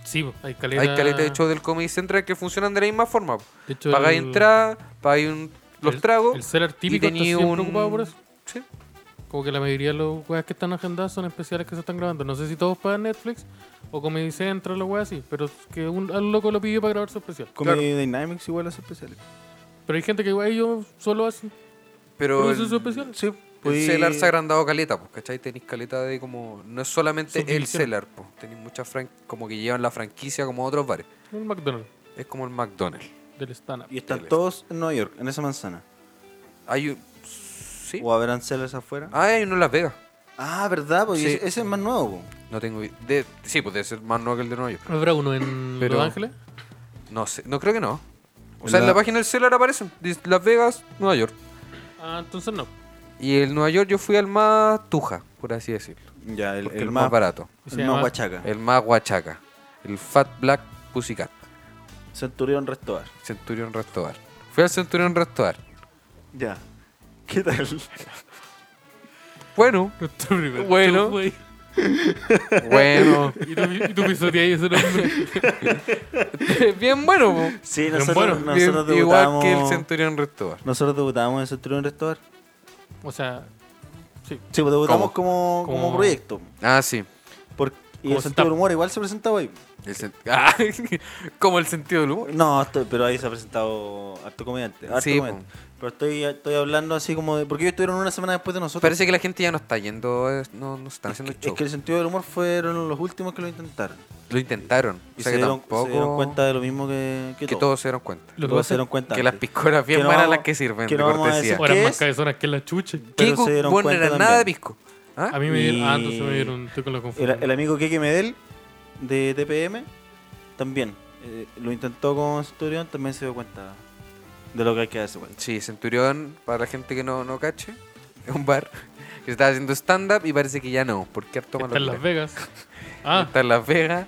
Sí, po, hay caleta.
Hay caleta de shows del Comedy Central que funcionan de la misma forma.
De hecho,
Pagáis
el-
entrada, pagáis un- los
el-
tragos.
El seller típico está
tenéis
siempre ocupado por eso.
Sí.
Como que la mayoría de los weas que están agendadas son especiales que se están grabando. No sé si todos pagan Netflix o Comedy Central los weas así, pero es que un, al loco lo pidió para grabar su especial.
Comedy Dynamics igual hace especiales.
Pero hay gente que igual ellos solo hacen.
Pero
Pero
el-
eso es su especial.
Sí. pues, Podí-
El Cellar se ha agrandado caleta, pues, ¿cachai? Tenéis caleta de como. No es solamente el
Subdivisión.
Cellar, pues. Tenéis muchas fran- como que llevan la franquicia como otros bares.
Un McDonald's
Es como el McDonald's.
del stand-up.
Y están todos en Nueva York, en esa manzana.
Hay un. Sí.
¿O habrán sellers afuera?
Ah, hay uno en Las Vegas.
Ah, ¿verdad? Porque
Sí.
ese, ese es más nuevo. po.
No tengo. i- de- sí, pues debe ser más nuevo que el de Nueva York.
¿Habrá uno en
Pero-
Los Ángeles?
No sé, no creo que no. O
En
sea, en
la-
la página del Cellar aparecen. dice Las Vegas, Nueva York.
Ah, entonces no. <laughs>
Y el Nueva York yo fui al más tuja, por así decirlo.
Ya, el,
Porque
el
el
más, Eh,
más barato.
Y
el
se
más
llama-
guachaca.
El más guachaca. El Fat Black Pussycat.
Centurión Restobar.
Centurion Restobar. Fui al Centurion Restobar.
Ya. ¿Qué tal?
Bueno,
Nuestro primer
Bueno.
<laughs> show, güey.
bueno.
Y tú, y tú pisoteáis ese nombre.
<laughs> Bien bueno, po.
<laughs> Sí,
Pero
nosotros,
bueno,
Bien-
nosotros
igual
debutamos.
que el Centurion Restobar.
Nosotros debutamos en Centurión Restobar.
O sea, sí.
Sí, pues debutamos
¿Cómo?
como, como
Como-
proyecto.
Ah, sí.
Por- y
Como
el sentido
stand-up.
del humor igual se presentaba ahí.
El sen- <laughs> Ah, como el sentido del humor.
No, esto- pero ahí se ha presentado harto comediante. harto
Sí,
comediante. Pero estoy, estoy hablando así como de. Porque ellos estuvieron una semana después de nosotros.
Parece que la gente ya no está yendo, eh, no, no están haciendo
es
show.
que el sentido del humor fueron los últimos que lo intentaron.
Lo intentaron.
Y
o sea
se,
que
dieron, se
tampoco.
dieron cuenta de lo mismo que, que,
que
todos.
todos se dieron cuenta.
Lo que
Todos
pasa
se dieron cuenta.
Que las
antes.
piscolas bien
Que no
malas
vamos-
las que sirven,
que
de
no vamos a
cortesía.
decir-
Ahora
¿Qué
más
es?
cabezonas que la chuche.
pero
¿Qué
se dieron
bueno
cuenta
era nada de
también.
pisco? ¿Ah?
A mí me dieron. Ah,
Y-
entonces me dieron. Estoy con la
El,
confusión.
el amigo Keke Medel de TPM también eh, lo intentó con Centurión, también se dio cuenta de lo que hay que hacer. güey.
Sí, Centurión, para la gente que no, no cache, <laughs> es un bar que se estaba haciendo stand-up y parece que ya no, porque harto
Está
malo.
en Las Vegas. Ah,
Está en Las Vegas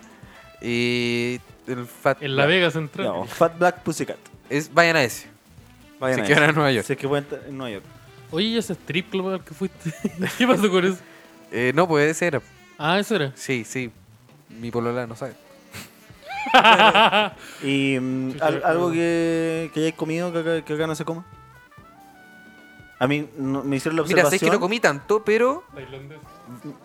y el Fat
en La
Black.
Vega Central.
No, Fat Black Pussycat.
Es, vayan a ese.
Vayan
Se
a
quedan
eso.
en Nueva York.
Si es que pueden estar en Nueva York.
Oye, ¿y ese strip club al que fuiste? <laughs> ¿Qué pasó con eso?
Eh, no, pues ese era.
Ah, eso era.
Sí, sí. Mi polola no sabe.
Y mm,
Chucha,
al-
eh,
algo que, que hayáis comido que acá, que acá no se coma. A mí no- me hicieron la
Mira,
observación.
sé que no comí tanto, pero...
Tailandés.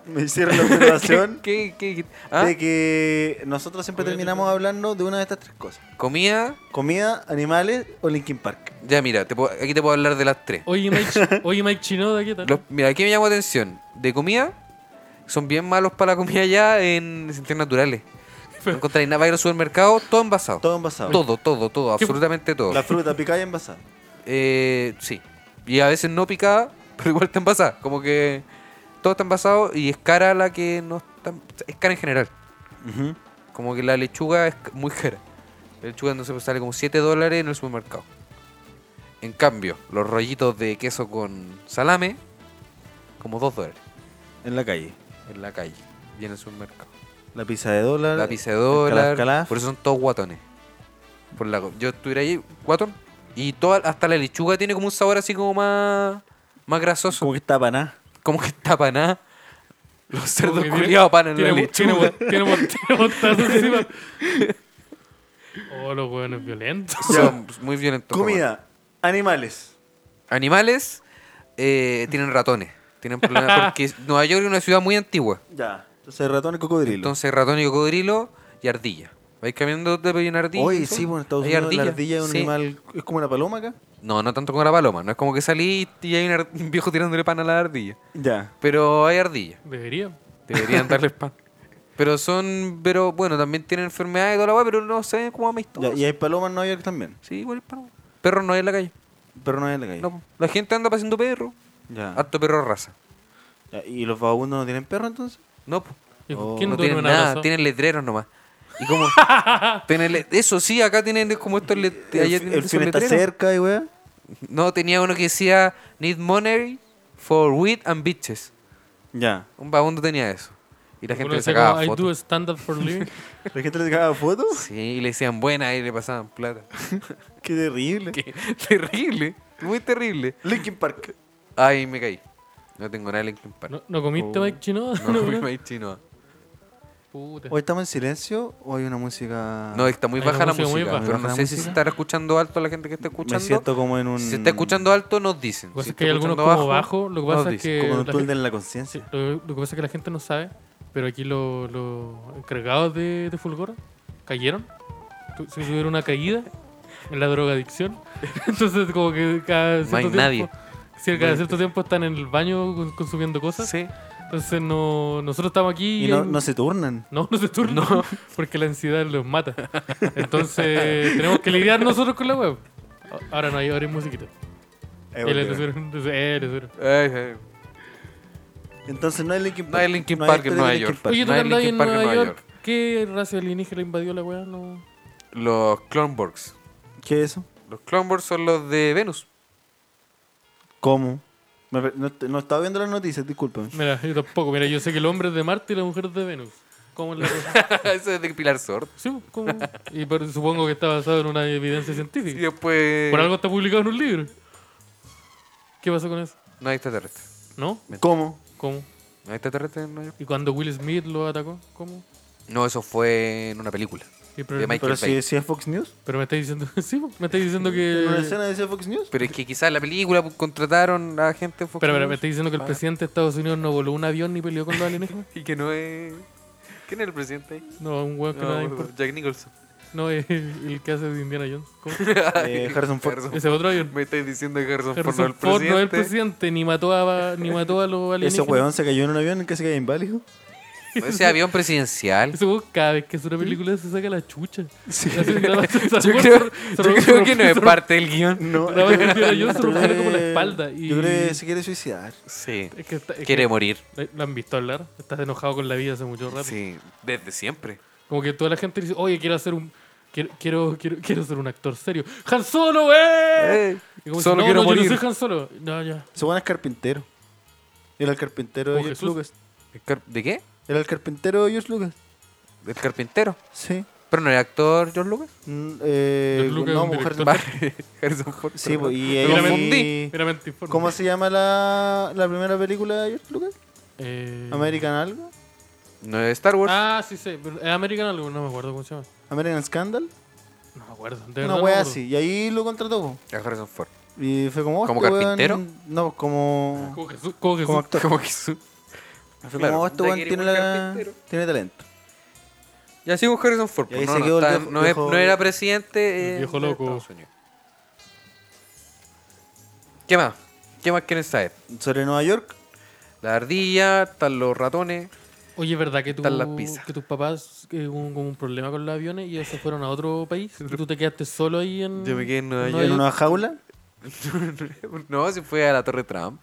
me hicieron la
<laughs>
observación
¿Qué, qué, qué? Ah,
de que nosotros siempre
Comida
terminamos
típica.
hablando de una de estas tres cosas:
Comida...
comida, animales o Linkin Park.
Ya, mira, te puedo- aquí te puedo hablar de las tres.
Oye, Mike, Chi- oye, Mike Chinoda, ¿qué tal?
Los- mira, aquí me llamó atención. De comida, son bien malos para la comida ya en sentidos naturales. No encontráis nada, vais al supermercado, todo envasado. Todo,
Todo envasado.
todo, todo,
¿Qué-
absolutamente todo.
La fruta picada y envasada.
Eh, sí. Y a veces no picada, <laughs> pero igual está envasada. Como que todo está envasado y es cara la que no está. Es cara en general.
Ujú.
Como que la lechuga es ca- muy cara. La lechuga no se sale como 7 dólares en el supermercado. En cambio, los rollitos de queso con salame, como 2 dólares.
En la calle.
en la calle y en el supermercado.
La pizza de dólar.
La pizza de
Ah, el
dólar,
calaf, calaf.
por eso son todos guatones. Por la, co- yo estuviera ahí, guatón, y toda, hasta la lechuga tiene como un sabor así como más, más grasoso,
Como que está para nada.
como que está paná. Los cerdos
Porque tiene-
culiados panan la
tiene bo- tiene
<laughs> lechuga.
bo- Tiene bo- tiene
<laughs>
botazos encima. Oh, los hueones violentos.
Son pues, muy violentos. como-
Comida. Animales.
Animales eh, tienen ratones.
<laughs>
Tienen problemas porque Nueva York es una ciudad muy antigua.
Ya. Entonces ratón y cocodrilo.
Entonces ratón y cocodrilo y ardilla. ¿Vais caminando te veis una ardilla?
Oye,
y
sí,
todo.
bueno, en Estados
Hay
Unidos la ardilla es un
sí.
animal. Es como una paloma acá.
No, no tanto como la paloma. No es como que salí y hay un ar- un viejo tirándole pan a la ardilla.
Ya.
Pero hay ardilla.
Debería. <laughs>
Deberían darles pan. Pero son. Pero bueno, también tienen enfermedades y toda la weá, pero no se ven como
Ya,
amistosos.
Y hay palomas en Nueva York también.
Sí, igual perro. Perros no hay en la calle.
Pero no hay en la calle.
No, Ah. la gente anda pasando perro.
Ya.
Harto perro raza.
Ya, ¿Y los vagabundos no tienen perro entonces?
No, po.
¿Y
Oh,
¿Quién
no
duerme
tienen
en
nada.
abrazo?
Tienen letreros nomás.
<laughs>
Y como. tienen le- Eso sí, acá tienen como estos let-
El,
ayer
fi-
tienen
el
esos
fin está
letreros.
cerca y weá.
No, tenía uno que decía: Need money for weed and bitches.
Ya.
Un vagabundo tenía eso. Y la gente
Uno
le
decía
sacaba
como, I do
fotos.
stand up for
<laughs>
living.
¿La gente le sacaba fotos?
Sí, y le decían buena y le pasaban plata. <laughs>
Qué terrible.
Qué terrible, muy terrible.
Linkin Park.
Ay, me caí. No tengo nada de Linkin Park.
¿No, no comiste
Oh.
Mike Chinoda? <laughs>
No, no, <laughs> me chino.
Puta.
¿O estamos en silencio o hay una música.?
No, está muy
Hay una
baja la
música muy
música,
baja.
pero
¿Baja
no
la
sé si se
Ah. música?
estará escuchando alto la gente que está
Me
escuchando.
siento como en un.
Si se está escuchando alto, nos dicen.
Lo que pasa Pues
Si
es que
está
hay algunos
escuchando
como bajo, lo que
nos
pasa es
dicen.
que-
Como en
la
un túnel en la conciencia.
Lo, lo que pasa es que la gente no sabe, pero aquí los los encargados de, de Fulgora cayeron. Tu- Se tuvieron una caída en la drogadicción. <laughs> Entonces, como que cada
No hay
cierto
nadie.
cerca de cierto tiempo están en el baño con- consumiendo cosas.
Sí.
Entonces no, nosotros estamos aquí.
Y no,
en-
no se turnan.
No, no se turno. <laughs> Porque la ansiedad los mata. Entonces, tenemos que lidiar nosotros con la web. Ahora no hay, ahora hay musiquita. El
Es bueno.
tesoro, entonces, eh, el tesoro.
Ay, ay.
Entonces no hay Linkin Park.
No hay Linkin Park en
historia
Nueva
de Linkin
York.
Park.
Oye, tú
No hay
que andabas
Linkin
en
Park en
Nueva
Nueva
York. ¿Qué raza alienígena invadió la weá? No.
Los Clonborgs.
¿Qué es eso?
Los Clonborgs son los de Venus. <laughs>
¿Cómo? Me per- no, no estaba viendo las noticias, discúlpame.
Mira, yo tampoco. Mira, yo sé que el hombre es de Marte y la mujer es de Venus. ¿Cómo es la cosa?
Eso es de Pilar Sort.
<laughs> Sí, pues, ¿cómo? Y pero supongo que está basado en una evidencia
Y
científica.
después.
Por algo está publicado en un libro. ¿Qué pasó con eso?
No hay extraterrestres.
¿No?
¿Cómo?
¿Cómo?
No hay extraterrestres en Nueva York.
¿Y cuando Will Smith lo atacó? ¿Cómo?
No, eso fue en una película.
Y
De Michael
Pero
Bay.
si decía Fox News.
Pero me estáis diciendo, <laughs> sí, po, me estáis diciendo que.
¿En una escena decía
<laughs>
Fox News?
Pero es que quizás en la película pues, contrataron a gente. Fox
Pero, pero me
News.
estáis diciendo que el presidente de Estados Unidos no voló un avión ni peleó con los alienígenas.
Y que no es. ¿Quién es el presidente ahí?
No, un weón que
No,
nada importa.
Jack Nicholson.
No, es el, el que hace de Indiana Jones.
<laughs>
¿Cómo?
Eh, Harrison Ford.
Harrison.
Ese otro avión.
Me estáis diciendo que Harrison, Ford no
Harrison
es
Ford no es el
el presidente.
presidente, ni mató a, ni mató a los
Ese
alienígenas.
huevón se cayó en un avión en que se cayó inválido.
Ese avión presidencial.
Ese weón cada vez que es una película se saca la chucha.
Sí.
Hace- se- se- se-
Yo creo,
se-
<laughs> yo
se- se-
creo que no es
se-
parte del guión.
<laughs> No,
La verdad que yo se rompió como la
creo-
espalda y-
Yo creo que se quiere suicidar.
Sí.
Es que está- es que eh,
Quiere morir.
¿Lo han visto hablar? Estás enojado con la vida hace mucho rato.
Sí, desde siempre.
Como que toda la gente dice, oye, quiero hacer un. Quiero, quiero, quiero, quiero ser un actor serio. ¡Han Solo, eh! Y como dice,
solo
"No,
quiero
no,
morir.
Yo no soy Han Solo. No, ya.
Ese huevón es carpintero. Era el carpintero de
¿Como
George
Oh, Jesús?
Lucas.
¿El car- ¿De qué?
Era el carpintero de George Lucas.
Del carpintero.
Sí.
Pero no era actor George Lucas.
Mm, eh,
George Lucas
no,
es un
mujer.
director.
Vale, <laughs> Harrison Ford.
Sí,
perdón.
pues, y
Me lo
Mira,
ahí.
confundí.
Mira, mente informe.
¿Cómo se llama la, la primera película de George Lucas?
Eh,
¿American algo?
No es Star Wars.
Ah, sí, sí. pero ¿Es American algo? No me acuerdo cómo se llama.
¿American Scandal?
No me acuerdo. De
Una
verdad
wea
no me
así. Y ahí lo contrató. po.
A Harrison Ford.
Y fue como. oh,
¿Como
este weón-
carpintero?
No, como.
acuerdo. Como Jesús. Como Jesús.
Como actor.
Como que su-
Fue
Claro,
como, este
ya
weón
quiere
tiene,
buen
la...
carpintero.
tiene talento.
Y así con Harrison Ford.
Y ahí
pues, no,
se
no,
quedó el
estaba-
viejo-
no es-
viejo-
no era presidente. eh,
Viejo
de
loco.
Estados Unidos. ¿Qué más? ¿Qué más quieren saber?
Sobre Nueva York,
La ardilla, están los ratones. <laughs>
Oye, ¿es verdad que, tú,
Están las pizzas.
que tus papás eh, hubo un, como un problema con los aviones y ellos se fueron a otro país? ¿Y tú te quedaste solo ahí en.
Yo me quedé en Nueva
en
York.
en una jaula.
no, se fue a la
<laughs>
Torre Trump.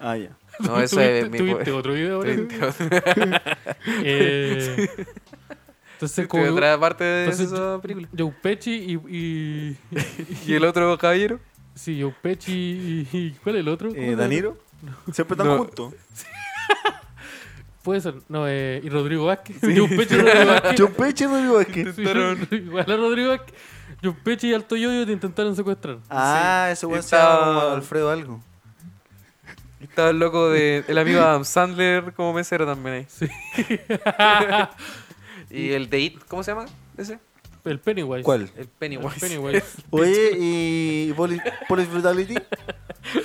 Ah, ya.
No, eso
¿Tuviste-
es mi
¿Tuviste otro video ahora?
<laughs> Tuviste otro- <laughs>
Eh, Entonces, como.
tuviste otra parte de
Entonces,
esa
<laughs>
película.
Joe Pesci y. y-
¿Y el otro caballero?
sí, Joe Pesci y, y- ¿Cuál es el otro? ¿Cómo
Eh,
se-
¿Daniro? Siempre están
No.
juntos.
Puede ser. No, eh, y Rodrigo Vázquez. Joe Pesci y
<laughs>
Rodrigo Vázquez.
Yo peche, no digo, es
<laughs>
que.
Sí, Igual a Rodrigo Vázquez. Joe Pesci y Alto Yoyo te intentaron secuestrar.
Ah, ese weón se
Estaba-
llama como Alfredo algo.
Estaba el loco de el amigo Adam Sandler como mesero también ahí.
Sí.
Ah. Y el de It, ¿cómo se llama? Ese.
El Pennywise.
¿Cuál?
El
El
<laughs>
<laughs>
Pennywise.
Pennywise.
Oye, y. Poli- Police Brutality.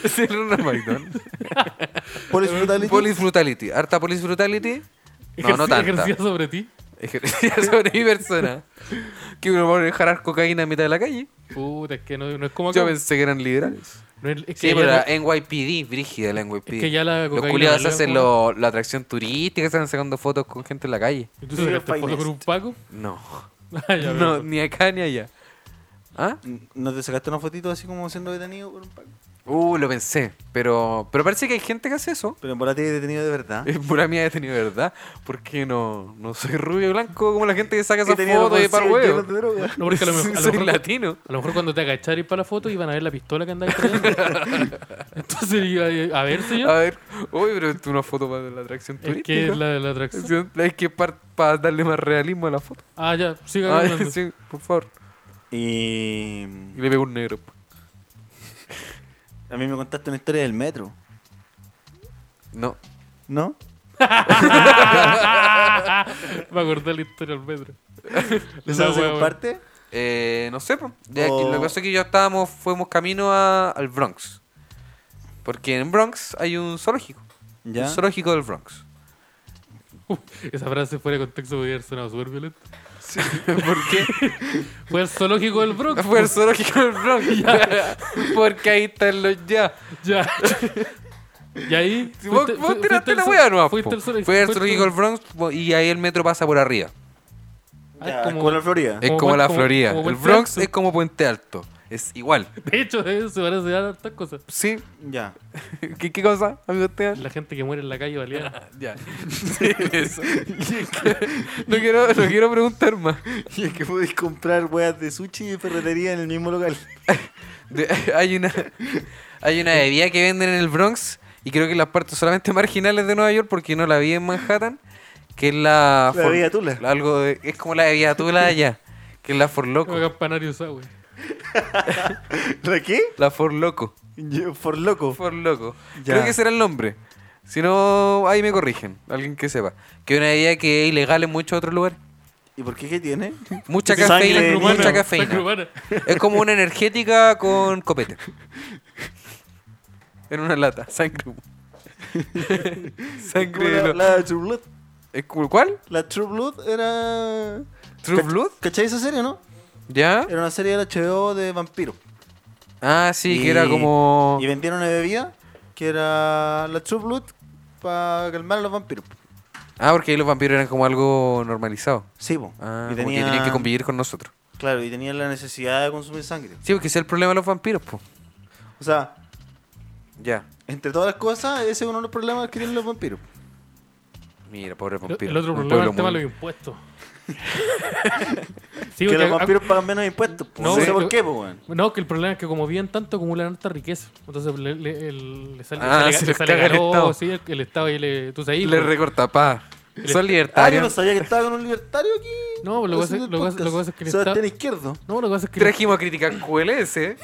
Ese era una
<laughs>
McDonald's. <laughs>
Police Brutality.
Police Brutality. Harta Police
<laughs>
Brutality. No, no
Ejercía-
tanta.
ejercía sobre ti.
<laughs> Ejercía sobre mi persona. Que uno va a dejar cocaína en mitad de la calle.
Puta, es que no, no es como
Yo
acá.
pensé que eran liberales.
No es, es que
Sí,
ya
pero
no-
la NYPD, brígida la NYPD.
Es que ya la
Los
cocaína
culiados
vale
hacen
algo.
lo- la atracción turística, están sacando fotos con gente en la calle.
¿Y tú sacaste foto con un Paco? <laughs>
No.
Ah, ya
<laughs> No,
veo.
ni acá ni allá. ¿Ah?
¿No te sacaste una fotito así como siendo detenido por un paco?
Uh, lo pensé. Pero, pero parece que hay gente que hace eso. <laughs>
Pero en bola te he detenido de verdad.
Es pura mía detenido, ¿verdad? Porque no, no soy rubio y blanco como la gente que saca
He
esas
tenido
fotos y
los
para
bolsillos
huevos.
llenos de droga.
No, porque a lo mejor- a lo
<laughs> Soy
mejor
latino.
A lo mejor cuando te agachar y para la foto iban a ver la pistola que andabas trayendo.
<laughs>
Entonces, iba a- a ver,
A
señor.
ver, uy, pero es una foto para la atracción
Es
turística.
que es la, la atracción.
Es que para darle más realismo a la foto.
Ah, ya, siga
Ay, <laughs>
hablando.
sí, por favor.
Y.
Y le pego un negro.
A mí me contaste una historia del metro,
No.
¿no?
<laughs> Me acordé la historia del metro.
¿Eso no
La
se
wea,
comparte?
Eh, no sé, po. Ya,
O-
lo que pasa es que yo estábamos, fuimos camino a- al Bronx. Porque en Bronx hay un zoológico.
Ya.
Un zoológico del Bronx.
Esa frase fuera de contexto podría haber sonado súper violenta. <laughs>
¿Por qué?
Fue el zoológico del Bronx.
<laughs> Fue el zoológico del <laughs> Bronx. Porque ahí están los ya.
Ya. y ahí.
Si vos,
fuiste- fu-
vos
fuiste
tiraste
el
la
zo-
weá, no. Fue
Fuiste el zoológico.
el
fuiste-
zoológico del Bronx po, y ahí el metro pasa por arriba.
Ah, es
Ya,
como-
como la Florida.
Es
Como
como, Eh.
buen-
la
como-
Florida.
como buen
el Bronx
Frankfurt.
es como Puente Alto. Es igual.
De hecho, eh, se parece a tantas cosas.
¿Sí? <laughs>
Ya. <laughs>
¿Qué, qué cosa, amigo Esteban?
La gente que muere en la calle baleada. <laughs>
Ya. Sí, eso. no, quiero, no quiero preguntar más.
Y es que podéis comprar weas de sushi y de ferretería en el mismo local. <laughs>
De- hay, una, hay una bebida que venden en el Bronx y creo que en las partes solamente marginales de Nueva York porque no la vi en Manhattan, que es la...
La
for-
bebida tula.
Algo de- es como la bebida tula de allá, que es la For
Como
Loco.
campanario esa, güey.
¿La qué?
La For Loco.
Yo- For loco.
For Loco.
Ya.
Creo que será el nombre. Si no, ahí me corrigen, alguien que sepa. Que es una bebida que es ilegal en muchos otros lugares.
¿Y por qué
<laughs>
qué tiene?
Mucha
Sangre de
cafeína,
niño.
mucha
Sangre
sangre
cafeína.
humana.
Es como una energética con copete. En una lata, sangre. humana. sangre. de
La,
lo-
la True Blood.
¿Es como- ¿Cuál?
La True Blood era.
¿True
Cach-
Blood? Ah.
¿Cachai esa serie, no?
¿Ya?
Era una serie del HBO de vampiros.
Ah, sí, que era
Y-
como.
Y vendieron una bebida que era la True Blood para calmar a los vampiros.
Ah, porque ahí los vampiros eran como algo normalizado.
Sí, po.
Ah,
y
como
tenía,
que tenían que convivir con nosotros.
Claro, y tenían la necesidad de consumir sangre.
Sí, porque ese es el problema de los vampiros, pues.
O sea,
Ya.
entre todas las cosas, ese es uno de los problemas que tienen los vampiros.
Mira, pobre
El-
vampiro.
El otro
Un
problema es el
pueblo
tema
muy-
de los
<laughs>
impuestos. Sí,
que
porque
los
ac-
vampiros pagan menos impuestos. po.
No,
No, sé
pero-
por qué, po, weón.
No, que el problema es que como viven tanto acumulan harta riqueza. Entonces le, le- el- le sale,
Ah,
le sale-
se
le
les
sale
caga el
garoto,
Estado.
sí, el, el Estado y le... Tú sabes,
Le
pues.
recorta, pa. Son
Ah, yo no
libertarios.
sabía que estaba con un libertario aquí.
No, lo que pasa-
haciendo el
lo que pasa- lo que
podcast.
pasa es que el
Sebastián
Estado-
izquierdo.
No, lo que pasa es que, el-
Trajimos a criticar QLS.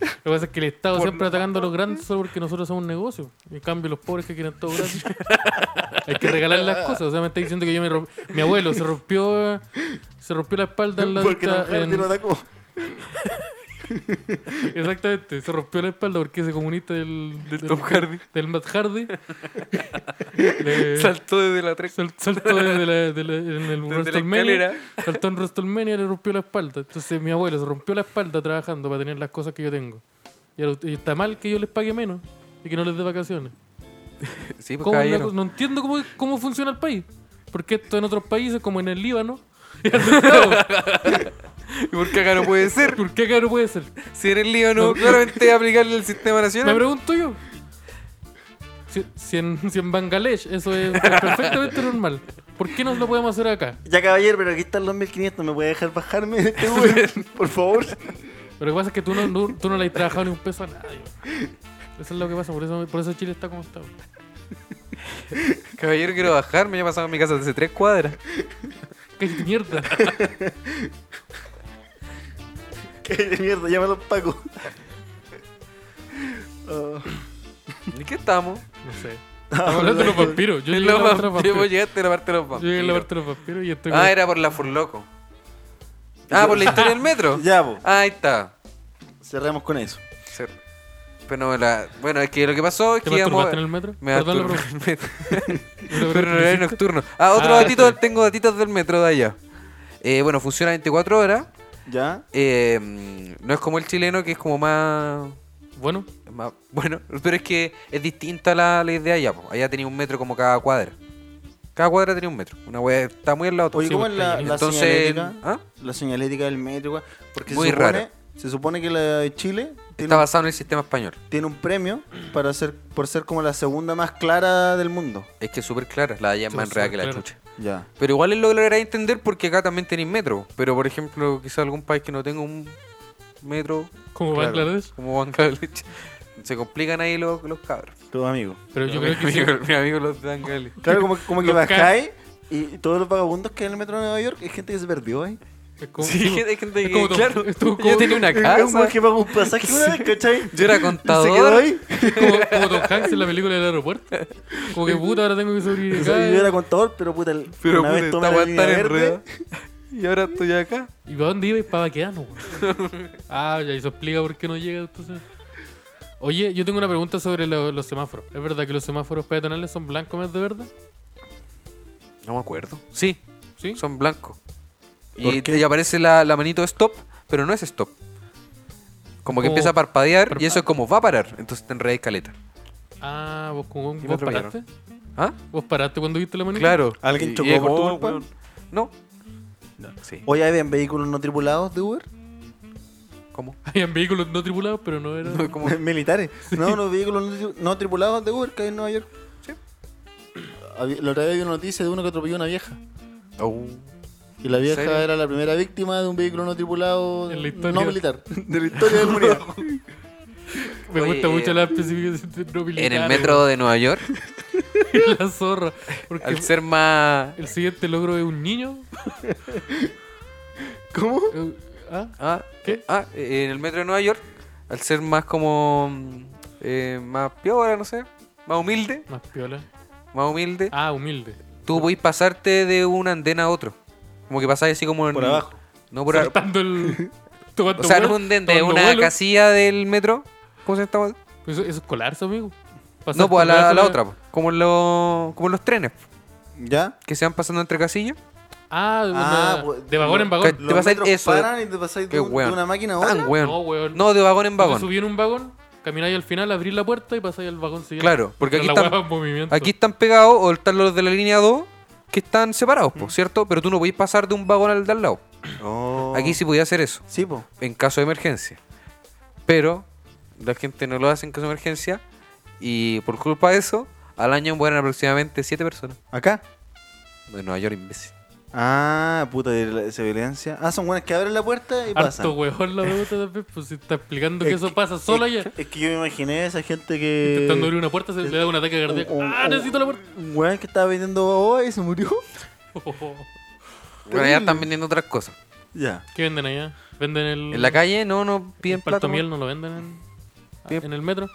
lo que pasa es que el Estado
Por
siempre atacando a los grandes solo porque nosotros somos un negocio. En cambio, los pobres que quieren todo gratis. <laughs> Hay que regalar las cosas. O sea, me está diciendo que yo me romp- Mi abuelo se rompió... eh, Se rompió la espalda en la...
Porque
lucha
la mujer
en-
tiene un ataco.
Exactamente, se rompió la espalda porque ese comunista del, del,
Tom Hardy.
del Matt Hardy le-
Saltó desde la 3.
sal- saltó desde la, de la- en el
la
WrestleMania.
escalera.
Saltó en WrestleMania y le rompió la espalda. Entonces mi abuelo se rompió la espalda trabajando para tener las cosas que yo tengo. Y, ahora usted- y está mal que yo les pague menos y que no les dé vacaciones.
Sí, pues
¿Cómo es la
caballero.
cosa? no entiendo cómo, cómo funciona el país. Porque esto en otros países, como en el Líbano, <laughs>
¿Y por qué acá no puede ser?
¿por qué acá no puede ser?
Si en el Líbano, claramente aplicarle el sistema
Me
nacional.
pregunto yo. Si, si en, si en Bangladesh eso es perfectamente normal, ¿por qué no lo podemos hacer acá?
Ya, caballero, pero aquí están los 1500. ¿Me puede dejar bajarme de
<laughs>
este Uber? Por favor. <laughs>
Pero lo que pasa es que tú no, no- tú no le has trabajado ni un peso a nadie. Eso es lo que pasa, por eso, por eso Chile está como está.
Caballero, quiero bajarme. Ya pasaba a mi casa desde tres cuadras.
¡Qué mierda!
Que de mierda, llámalo Paco.
Oh.
Ah,
¿Y qué estamos?
No
<laughs>
sé.
Ah,
Estamos hablando de los vampiros. Yo
En
llegué a
los
la parte de los
vampiros. Vos
vampiros.
llegaste a la parte de los
Yo llegué a la
vampiros.
parte de los vampiros y estoy...
Ah, era por la Furloco. Ah, por la historia del metro.
<laughs> Ya, po.
Ah, ahí está.
Cerremos con eso.
Se- Pero no, la... bueno, es que lo que pasó es
¿Te
que íbamos.
masturbaste en el metro?
<laughs> Me
Perdón la
masturbé
pregunta.
en el metro.
Pero-
Pero en horario nocturno. Ah, otro
Ah,
datito,
está bien.
tengo datitos del metro de allá. Eh, bueno, funciona 24 horas.
¿Ya?
Eh, mm, no es como el chileno, que es como más,
Bueno,
más- Bueno, <laughs> pero es que es distinta la ley de allá. po. Allá tenía un metro como cada cuadra. Cada cuadra tenía un metro. Una wea está muy al lado.
Oye,
Sí,
¿cómo
pues,
es la,
está
la
Entonces,
señalética?
¿ah?
La señalética del metro, weón. Porque
Muy
se supone,
rara.
Se supone que la de Chile tiene,
Está basado en el sistema español.
tiene un premio para ser, por ser como la segunda más clara del mundo.
Es que es súper clara. La de allá es
Sí,
más enredada que la
superclara.
chucha.
Ya.
Pero igual lo logrará entender porque acá también tenéis metro. Pero por ejemplo, quizá algún país que no tenga un metro
como
Claro.
Bangladesh.
como Bangladesh, <laughs> se complican ahí los, los cabros.
Tu amigo.
Pero yo
mi,
creo que sí.
amigo, mi amigo los de Bangladesh.
Claro, como, como que
Los ca-
bajáis y todos los vagabundos que hay en el metro de Nueva York, hay gente que se perdió ahí.
Es como-
Sí, hay gente
es
que-
como Tom-
claro,
es como-
yo tenía una
Es como
casa.
que pagó un pasaje una vez, ¿cachai?
Yo era
Y se quedó
contador.
ahí.
como, como Tom Hanks en la película del aeropuerto. Como que puta, ahora tengo que sobrevivir
O
acá.
sea, yo era contador, pero puta, el-
Pero
una
puta,
vez tomé
esta
la
weá
línea
está
verde.
enredada. <laughs> Y ahora estoy acá.
¿Y para dónde iba? Y para Baquedano, weón. Ah, ya, eso explica por qué no llega. Entonces. Oye, yo tengo una pregunta sobre lo- los semáforos. ¿Es verdad que los semáforos peatonales son blancos en vez de verde?
No me acuerdo. Sí,
¿Sí?
son blancos. Y
¿Por qué?
te aparece la, la manito stop, pero no es stop. Como que
Como
empieza a parpadear y
parpa-
eso es como va a parar. Entonces te enredas caleta.
Ah, vos, como-
me
vos
atropellaron.
paraste.
¿Ah?
¿Vos paraste cuando viste la manita?
Claro.
¿Alguien
Y-
chocó
y ahí
por tu
cortó,
culpa? Oh.
weón. No.
No.
Sí.
Hoy habían vehículos no tripulados de Uber.
¿Cómo? <laughs>
Habían vehículos no tripulados, pero no era.
No, ¿cómo?
<laughs> Militares. No, los vehículos no, tri- no tripulados de Uber que hay en Nueva York.
Sí.
Habí- La otra vez había una noticia de uno que atropelló a una vieja.
Oh.
Y la vieja
serio?
era la primera víctima de un vehículo no tripulado
En la historia.
no militar. De la historia de la humanidad.
Me
Oye,
gusta mucho
eh,
la especificación de no
En el
militares,
metro de Nueva <laughs> York,
weón. La zorra. Porque
al ser más.
el siguiente logro es un
<laughs>
niño.
¿Cómo?
Eh, ¿Ah?
Ah,
¿Qué?
ah, eh, en el metro de Nueva York, al ser más como. mm, eh, más piola, no sé. Más humilde.
Más piola.
Más humilde.
Ah, humilde.
Tú podís pasarte de un andén a otro. Como que pasáis así como en-
Por abajo.
No por abajo.
Saltando el. tomando
O sea, no
vuelo,
un andén de
tomando
una
vuelo.
casilla del metro. ¿Cómo se llama?
Pues Eso, eso es colarse, amigo. Pasar
No, pues
por
a la, a la
debajo de-
otra. pues. Como, en los- como en los trenes
<laughs> ¿Ya?
que se van pasando entre casillas.
Ah, de, una-
Ah, pues,
de vagón
lo-
en vagón.
Te vas a ir
metros
eso,
paran y te pasáis de,
Qué
un- de
weón.
una máquina a otra.
Tan Ah, weón.
No, weón.
No, de vagón en
Entonces
vagón.
subí en un vagón, camináis al final, abrís la puerta y pasáis al vagón siguiente.
Claro, porque
Pero
aquí
la
están-
hueá va en movimiento.
Aquí están pegados o están los de la línea 2 que están separados,
Mm.
po, ¿cierto? Pero tú no podís pasar de un vagón al de al lado.
Oh.
Aquí sí podía hacer eso,
Sí, po.
en caso de emergencia. Pero la gente no lo hace en caso de emergencia y por culpa de eso, al año mueren aproximadamente 7 personas.
Acá.
De Nueva York, imbécil.
Ah, puta, de la- esa violencia. Ah, son buenas que abren la puerta y pasan.
Harto huevón la pregunta también, pues si está explicando que
Es
eso
que-
pasa solo
es,
allá.
Es que yo me imaginé a esa gente que. eh,
Intentando abrir una puerta se le da un ataque cardíaco.
un-
¡Ah,
un-
necesito la puerta! Oh,
Un weón que estaba vendiendo boba y se murió. <laughs>
Pero allá
Mm.
están vendiendo otras cosas.
Ya.
¿Qué venden allá? ¿Venden el.
En la calle no, no piden
el
plata.
paltomiel?
¿no?
¿No lo venden en,
Bien.
en el metro?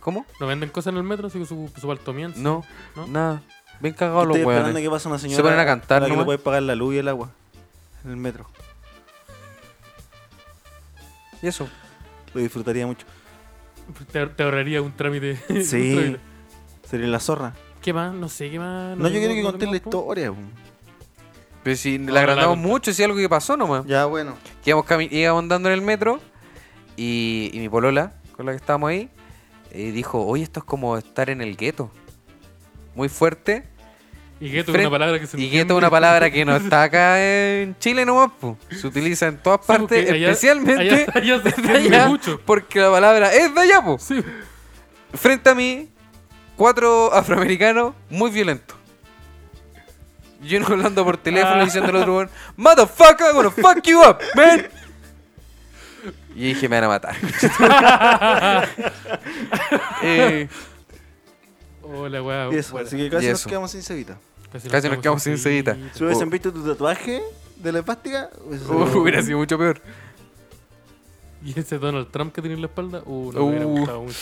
¿Cómo?
¿No venden cosas en el metro? Así que su, su paltomiel.
No,
¿No?
nada. Bien cagados los
Estoy esperando
hueones.
que pase una señora.
ponen a cantar
para que
nomás.
le puedes pagar la luz y el agua. En el metro.
Y eso.
Lo
<laughs>
disfrutaría mucho.
Te, ahor- te ahorraría un trámite. <laughs> un
Sí.
trámite.
Sería la zorra.
¿Qué más? No sé, ¿qué más?
No, yo
tengo-
quiero que
no
contéis la
tengo-
historia. po.
Pero
No,
si la
no la
agrandamos
conté.
mucho, si algo que pasó nomás.
Ya, bueno.
que íbamos, cami- íbamos andando en el metro y, y mi polola, con la que estábamos ahí, eh, dijo, oye, esto es como estar en el gueto. Muy fuerte.
Y gueto es
Fren-
una palabra que se
y gueto es una palabra que no está acá en Chile nomás, po. se utiliza en todas
Sí,
partes,
porque allá-
especialmente
allá- allá se
desde
entiende
allá,
mucho.
porque la palabra es de allá. po.
Sí.
Frente a mí, cuatro afroamericanos muy violentos. Y uno hablando por teléfono
Ah.
diciendo al otro, weón, Motherfucker, I'm gonna fuck you up, man. Y dije, me van a matar.
<laughs>
<laughs> Eh,
Hola, pues weá.
Y eso.
buena.
Así que casi
Y
nos
eso. Oh.
quedamos sin cevita.
Casi nos quedamos sin sedita.
Si hubiesen visto tu tatuaje de la plástica, hubiese sido-
uh,
<laughs>
hubiera sido mucho peor.
Y ese Donald Trump que tiene en la espalda, uh, no me hubiera
Uh.
gustado mucho.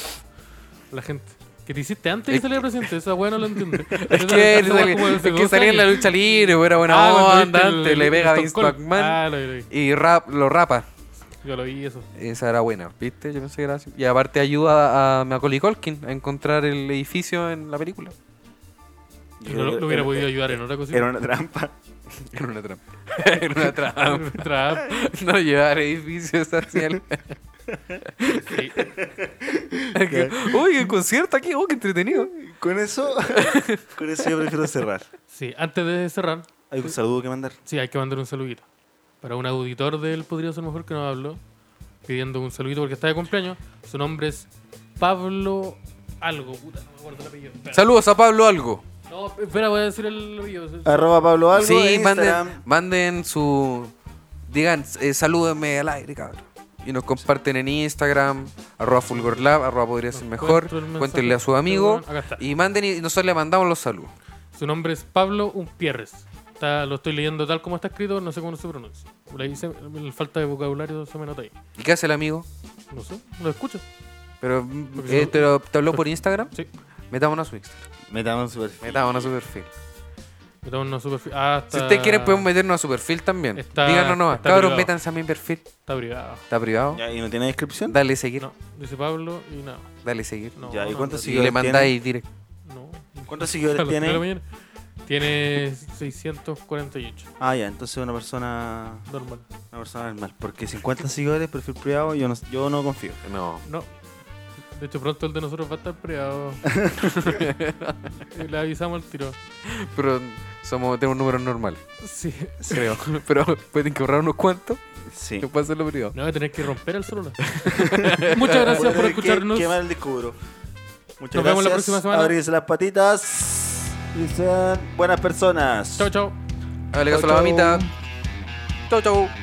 La gente. Que te hiciste antes
Es
de salir presidente, esa weá no la entiende.
<laughs> Es que, es que salía en la lucha libre, era buena onda, antes le pega a Vince McMahon
Ah, lo, vi, lo vi.
y rap, lo rapa.
Yo lo vi eso.
Esa era buena, ¿viste? Yo pensé que era así. Y aparte ayuda a Macaulay Culkin a encontrar el edificio en la película. <laughs>
Yo
Lo,
creo que
lo hubiera
era-
podido ayudar en otra cosita.
Era una trampa.
Era una trampa. <laughs> Era
<laughs>
una trampa.
Trump,
No llevar edificios hacia el...
sí.
<laughs> Uy, el concierto aquí, oh, qué entretenido.
Con eso, <laughs> con eso yo prefiero cerrar.
Sí, antes de cerrar,
Hay un saludo que mandar.
sí, hay que mandar un saludito. Para un auditor del Podría Ser Mejor que nos habló, pidiendo un saludito porque está de cumpleaños. Su nombre es Pablo Algo. Puta, no me acuerdo el apellido. Espera.
Saludos a Pablo Algo.
No, espera, voy a decir el apellido.
Arroba Pablo Algo
sí,
en
manden,
Instagram.
manden su... Digan, eh, salúdenme al aire, cabrón. Y nos comparten en Instagram, arroba fulgorlab, arroba podría ser mejor.
Encuentro el mensaje.
Cuéntenle a su amigo.
Acá está.
Y manden y nosotros le mandamos los saludos.
Su nombre es Pablo Umpierres. Está, lo estoy leyendo tal como está escrito, no sé cómo se pronuncia. Por ahí se- la falta de vocabulario se me nota ahí.
¿Y qué hace el amigo?
No sé, lo escucho.
Pero,
Porque
eh,
no-
te, lo- te habló por Instagram?
Sí,
Metámonos a su Instagram.
Metamos su perfil.
Metámonos a su perfil.
metamos una superfi- Ah, está.
Si ustedes quieren, podemos meternos a su perfil también.
Está-
Díganos nomás.
está
Cabros,
privado.
métanse a mi perfil.
Está privado.
Está privado.
Ya, ¿Y no tiene descripción?
Dale seguir.
No, dice Pablo y nada.
Dale seguir.
No,
Ya, ¿y
no,
cuántos
Y
Sí,
le
tiene.
mandáis directo.
No.
¿Cuántos
A <laughs>
seguidores
las tres de la
tiene?
mañana. Tiene 648,
Ah, ya, entonces una persona.
normal.
Una persona normal. Porque 50 seguidores, perfil privado, yo no, yo no confío.
No.
No. De hecho, pronto el de nosotros va a estar
<laughs>
preado. <laughs> Le avisamos al tiro.
Pero somos, tenemos un número normal,
Sí.
creo. <laughs> Pero pueden que ahorrar unos cuantos
Sí.
y pueden hacerlo privado.
No voy a tener que romper el
<laughs>
celular. Muchas gracias por
Bueno, ¿qué-
escucharnos.
Qué mal descubro. Muchas
Nos
gracias.
vemos la próxima semana.
Abrirse las patitas. Y sean buenas personas.
Chao, chao.
Hágale caso a la
Chau,
mamita.
chau.
Chau, chau.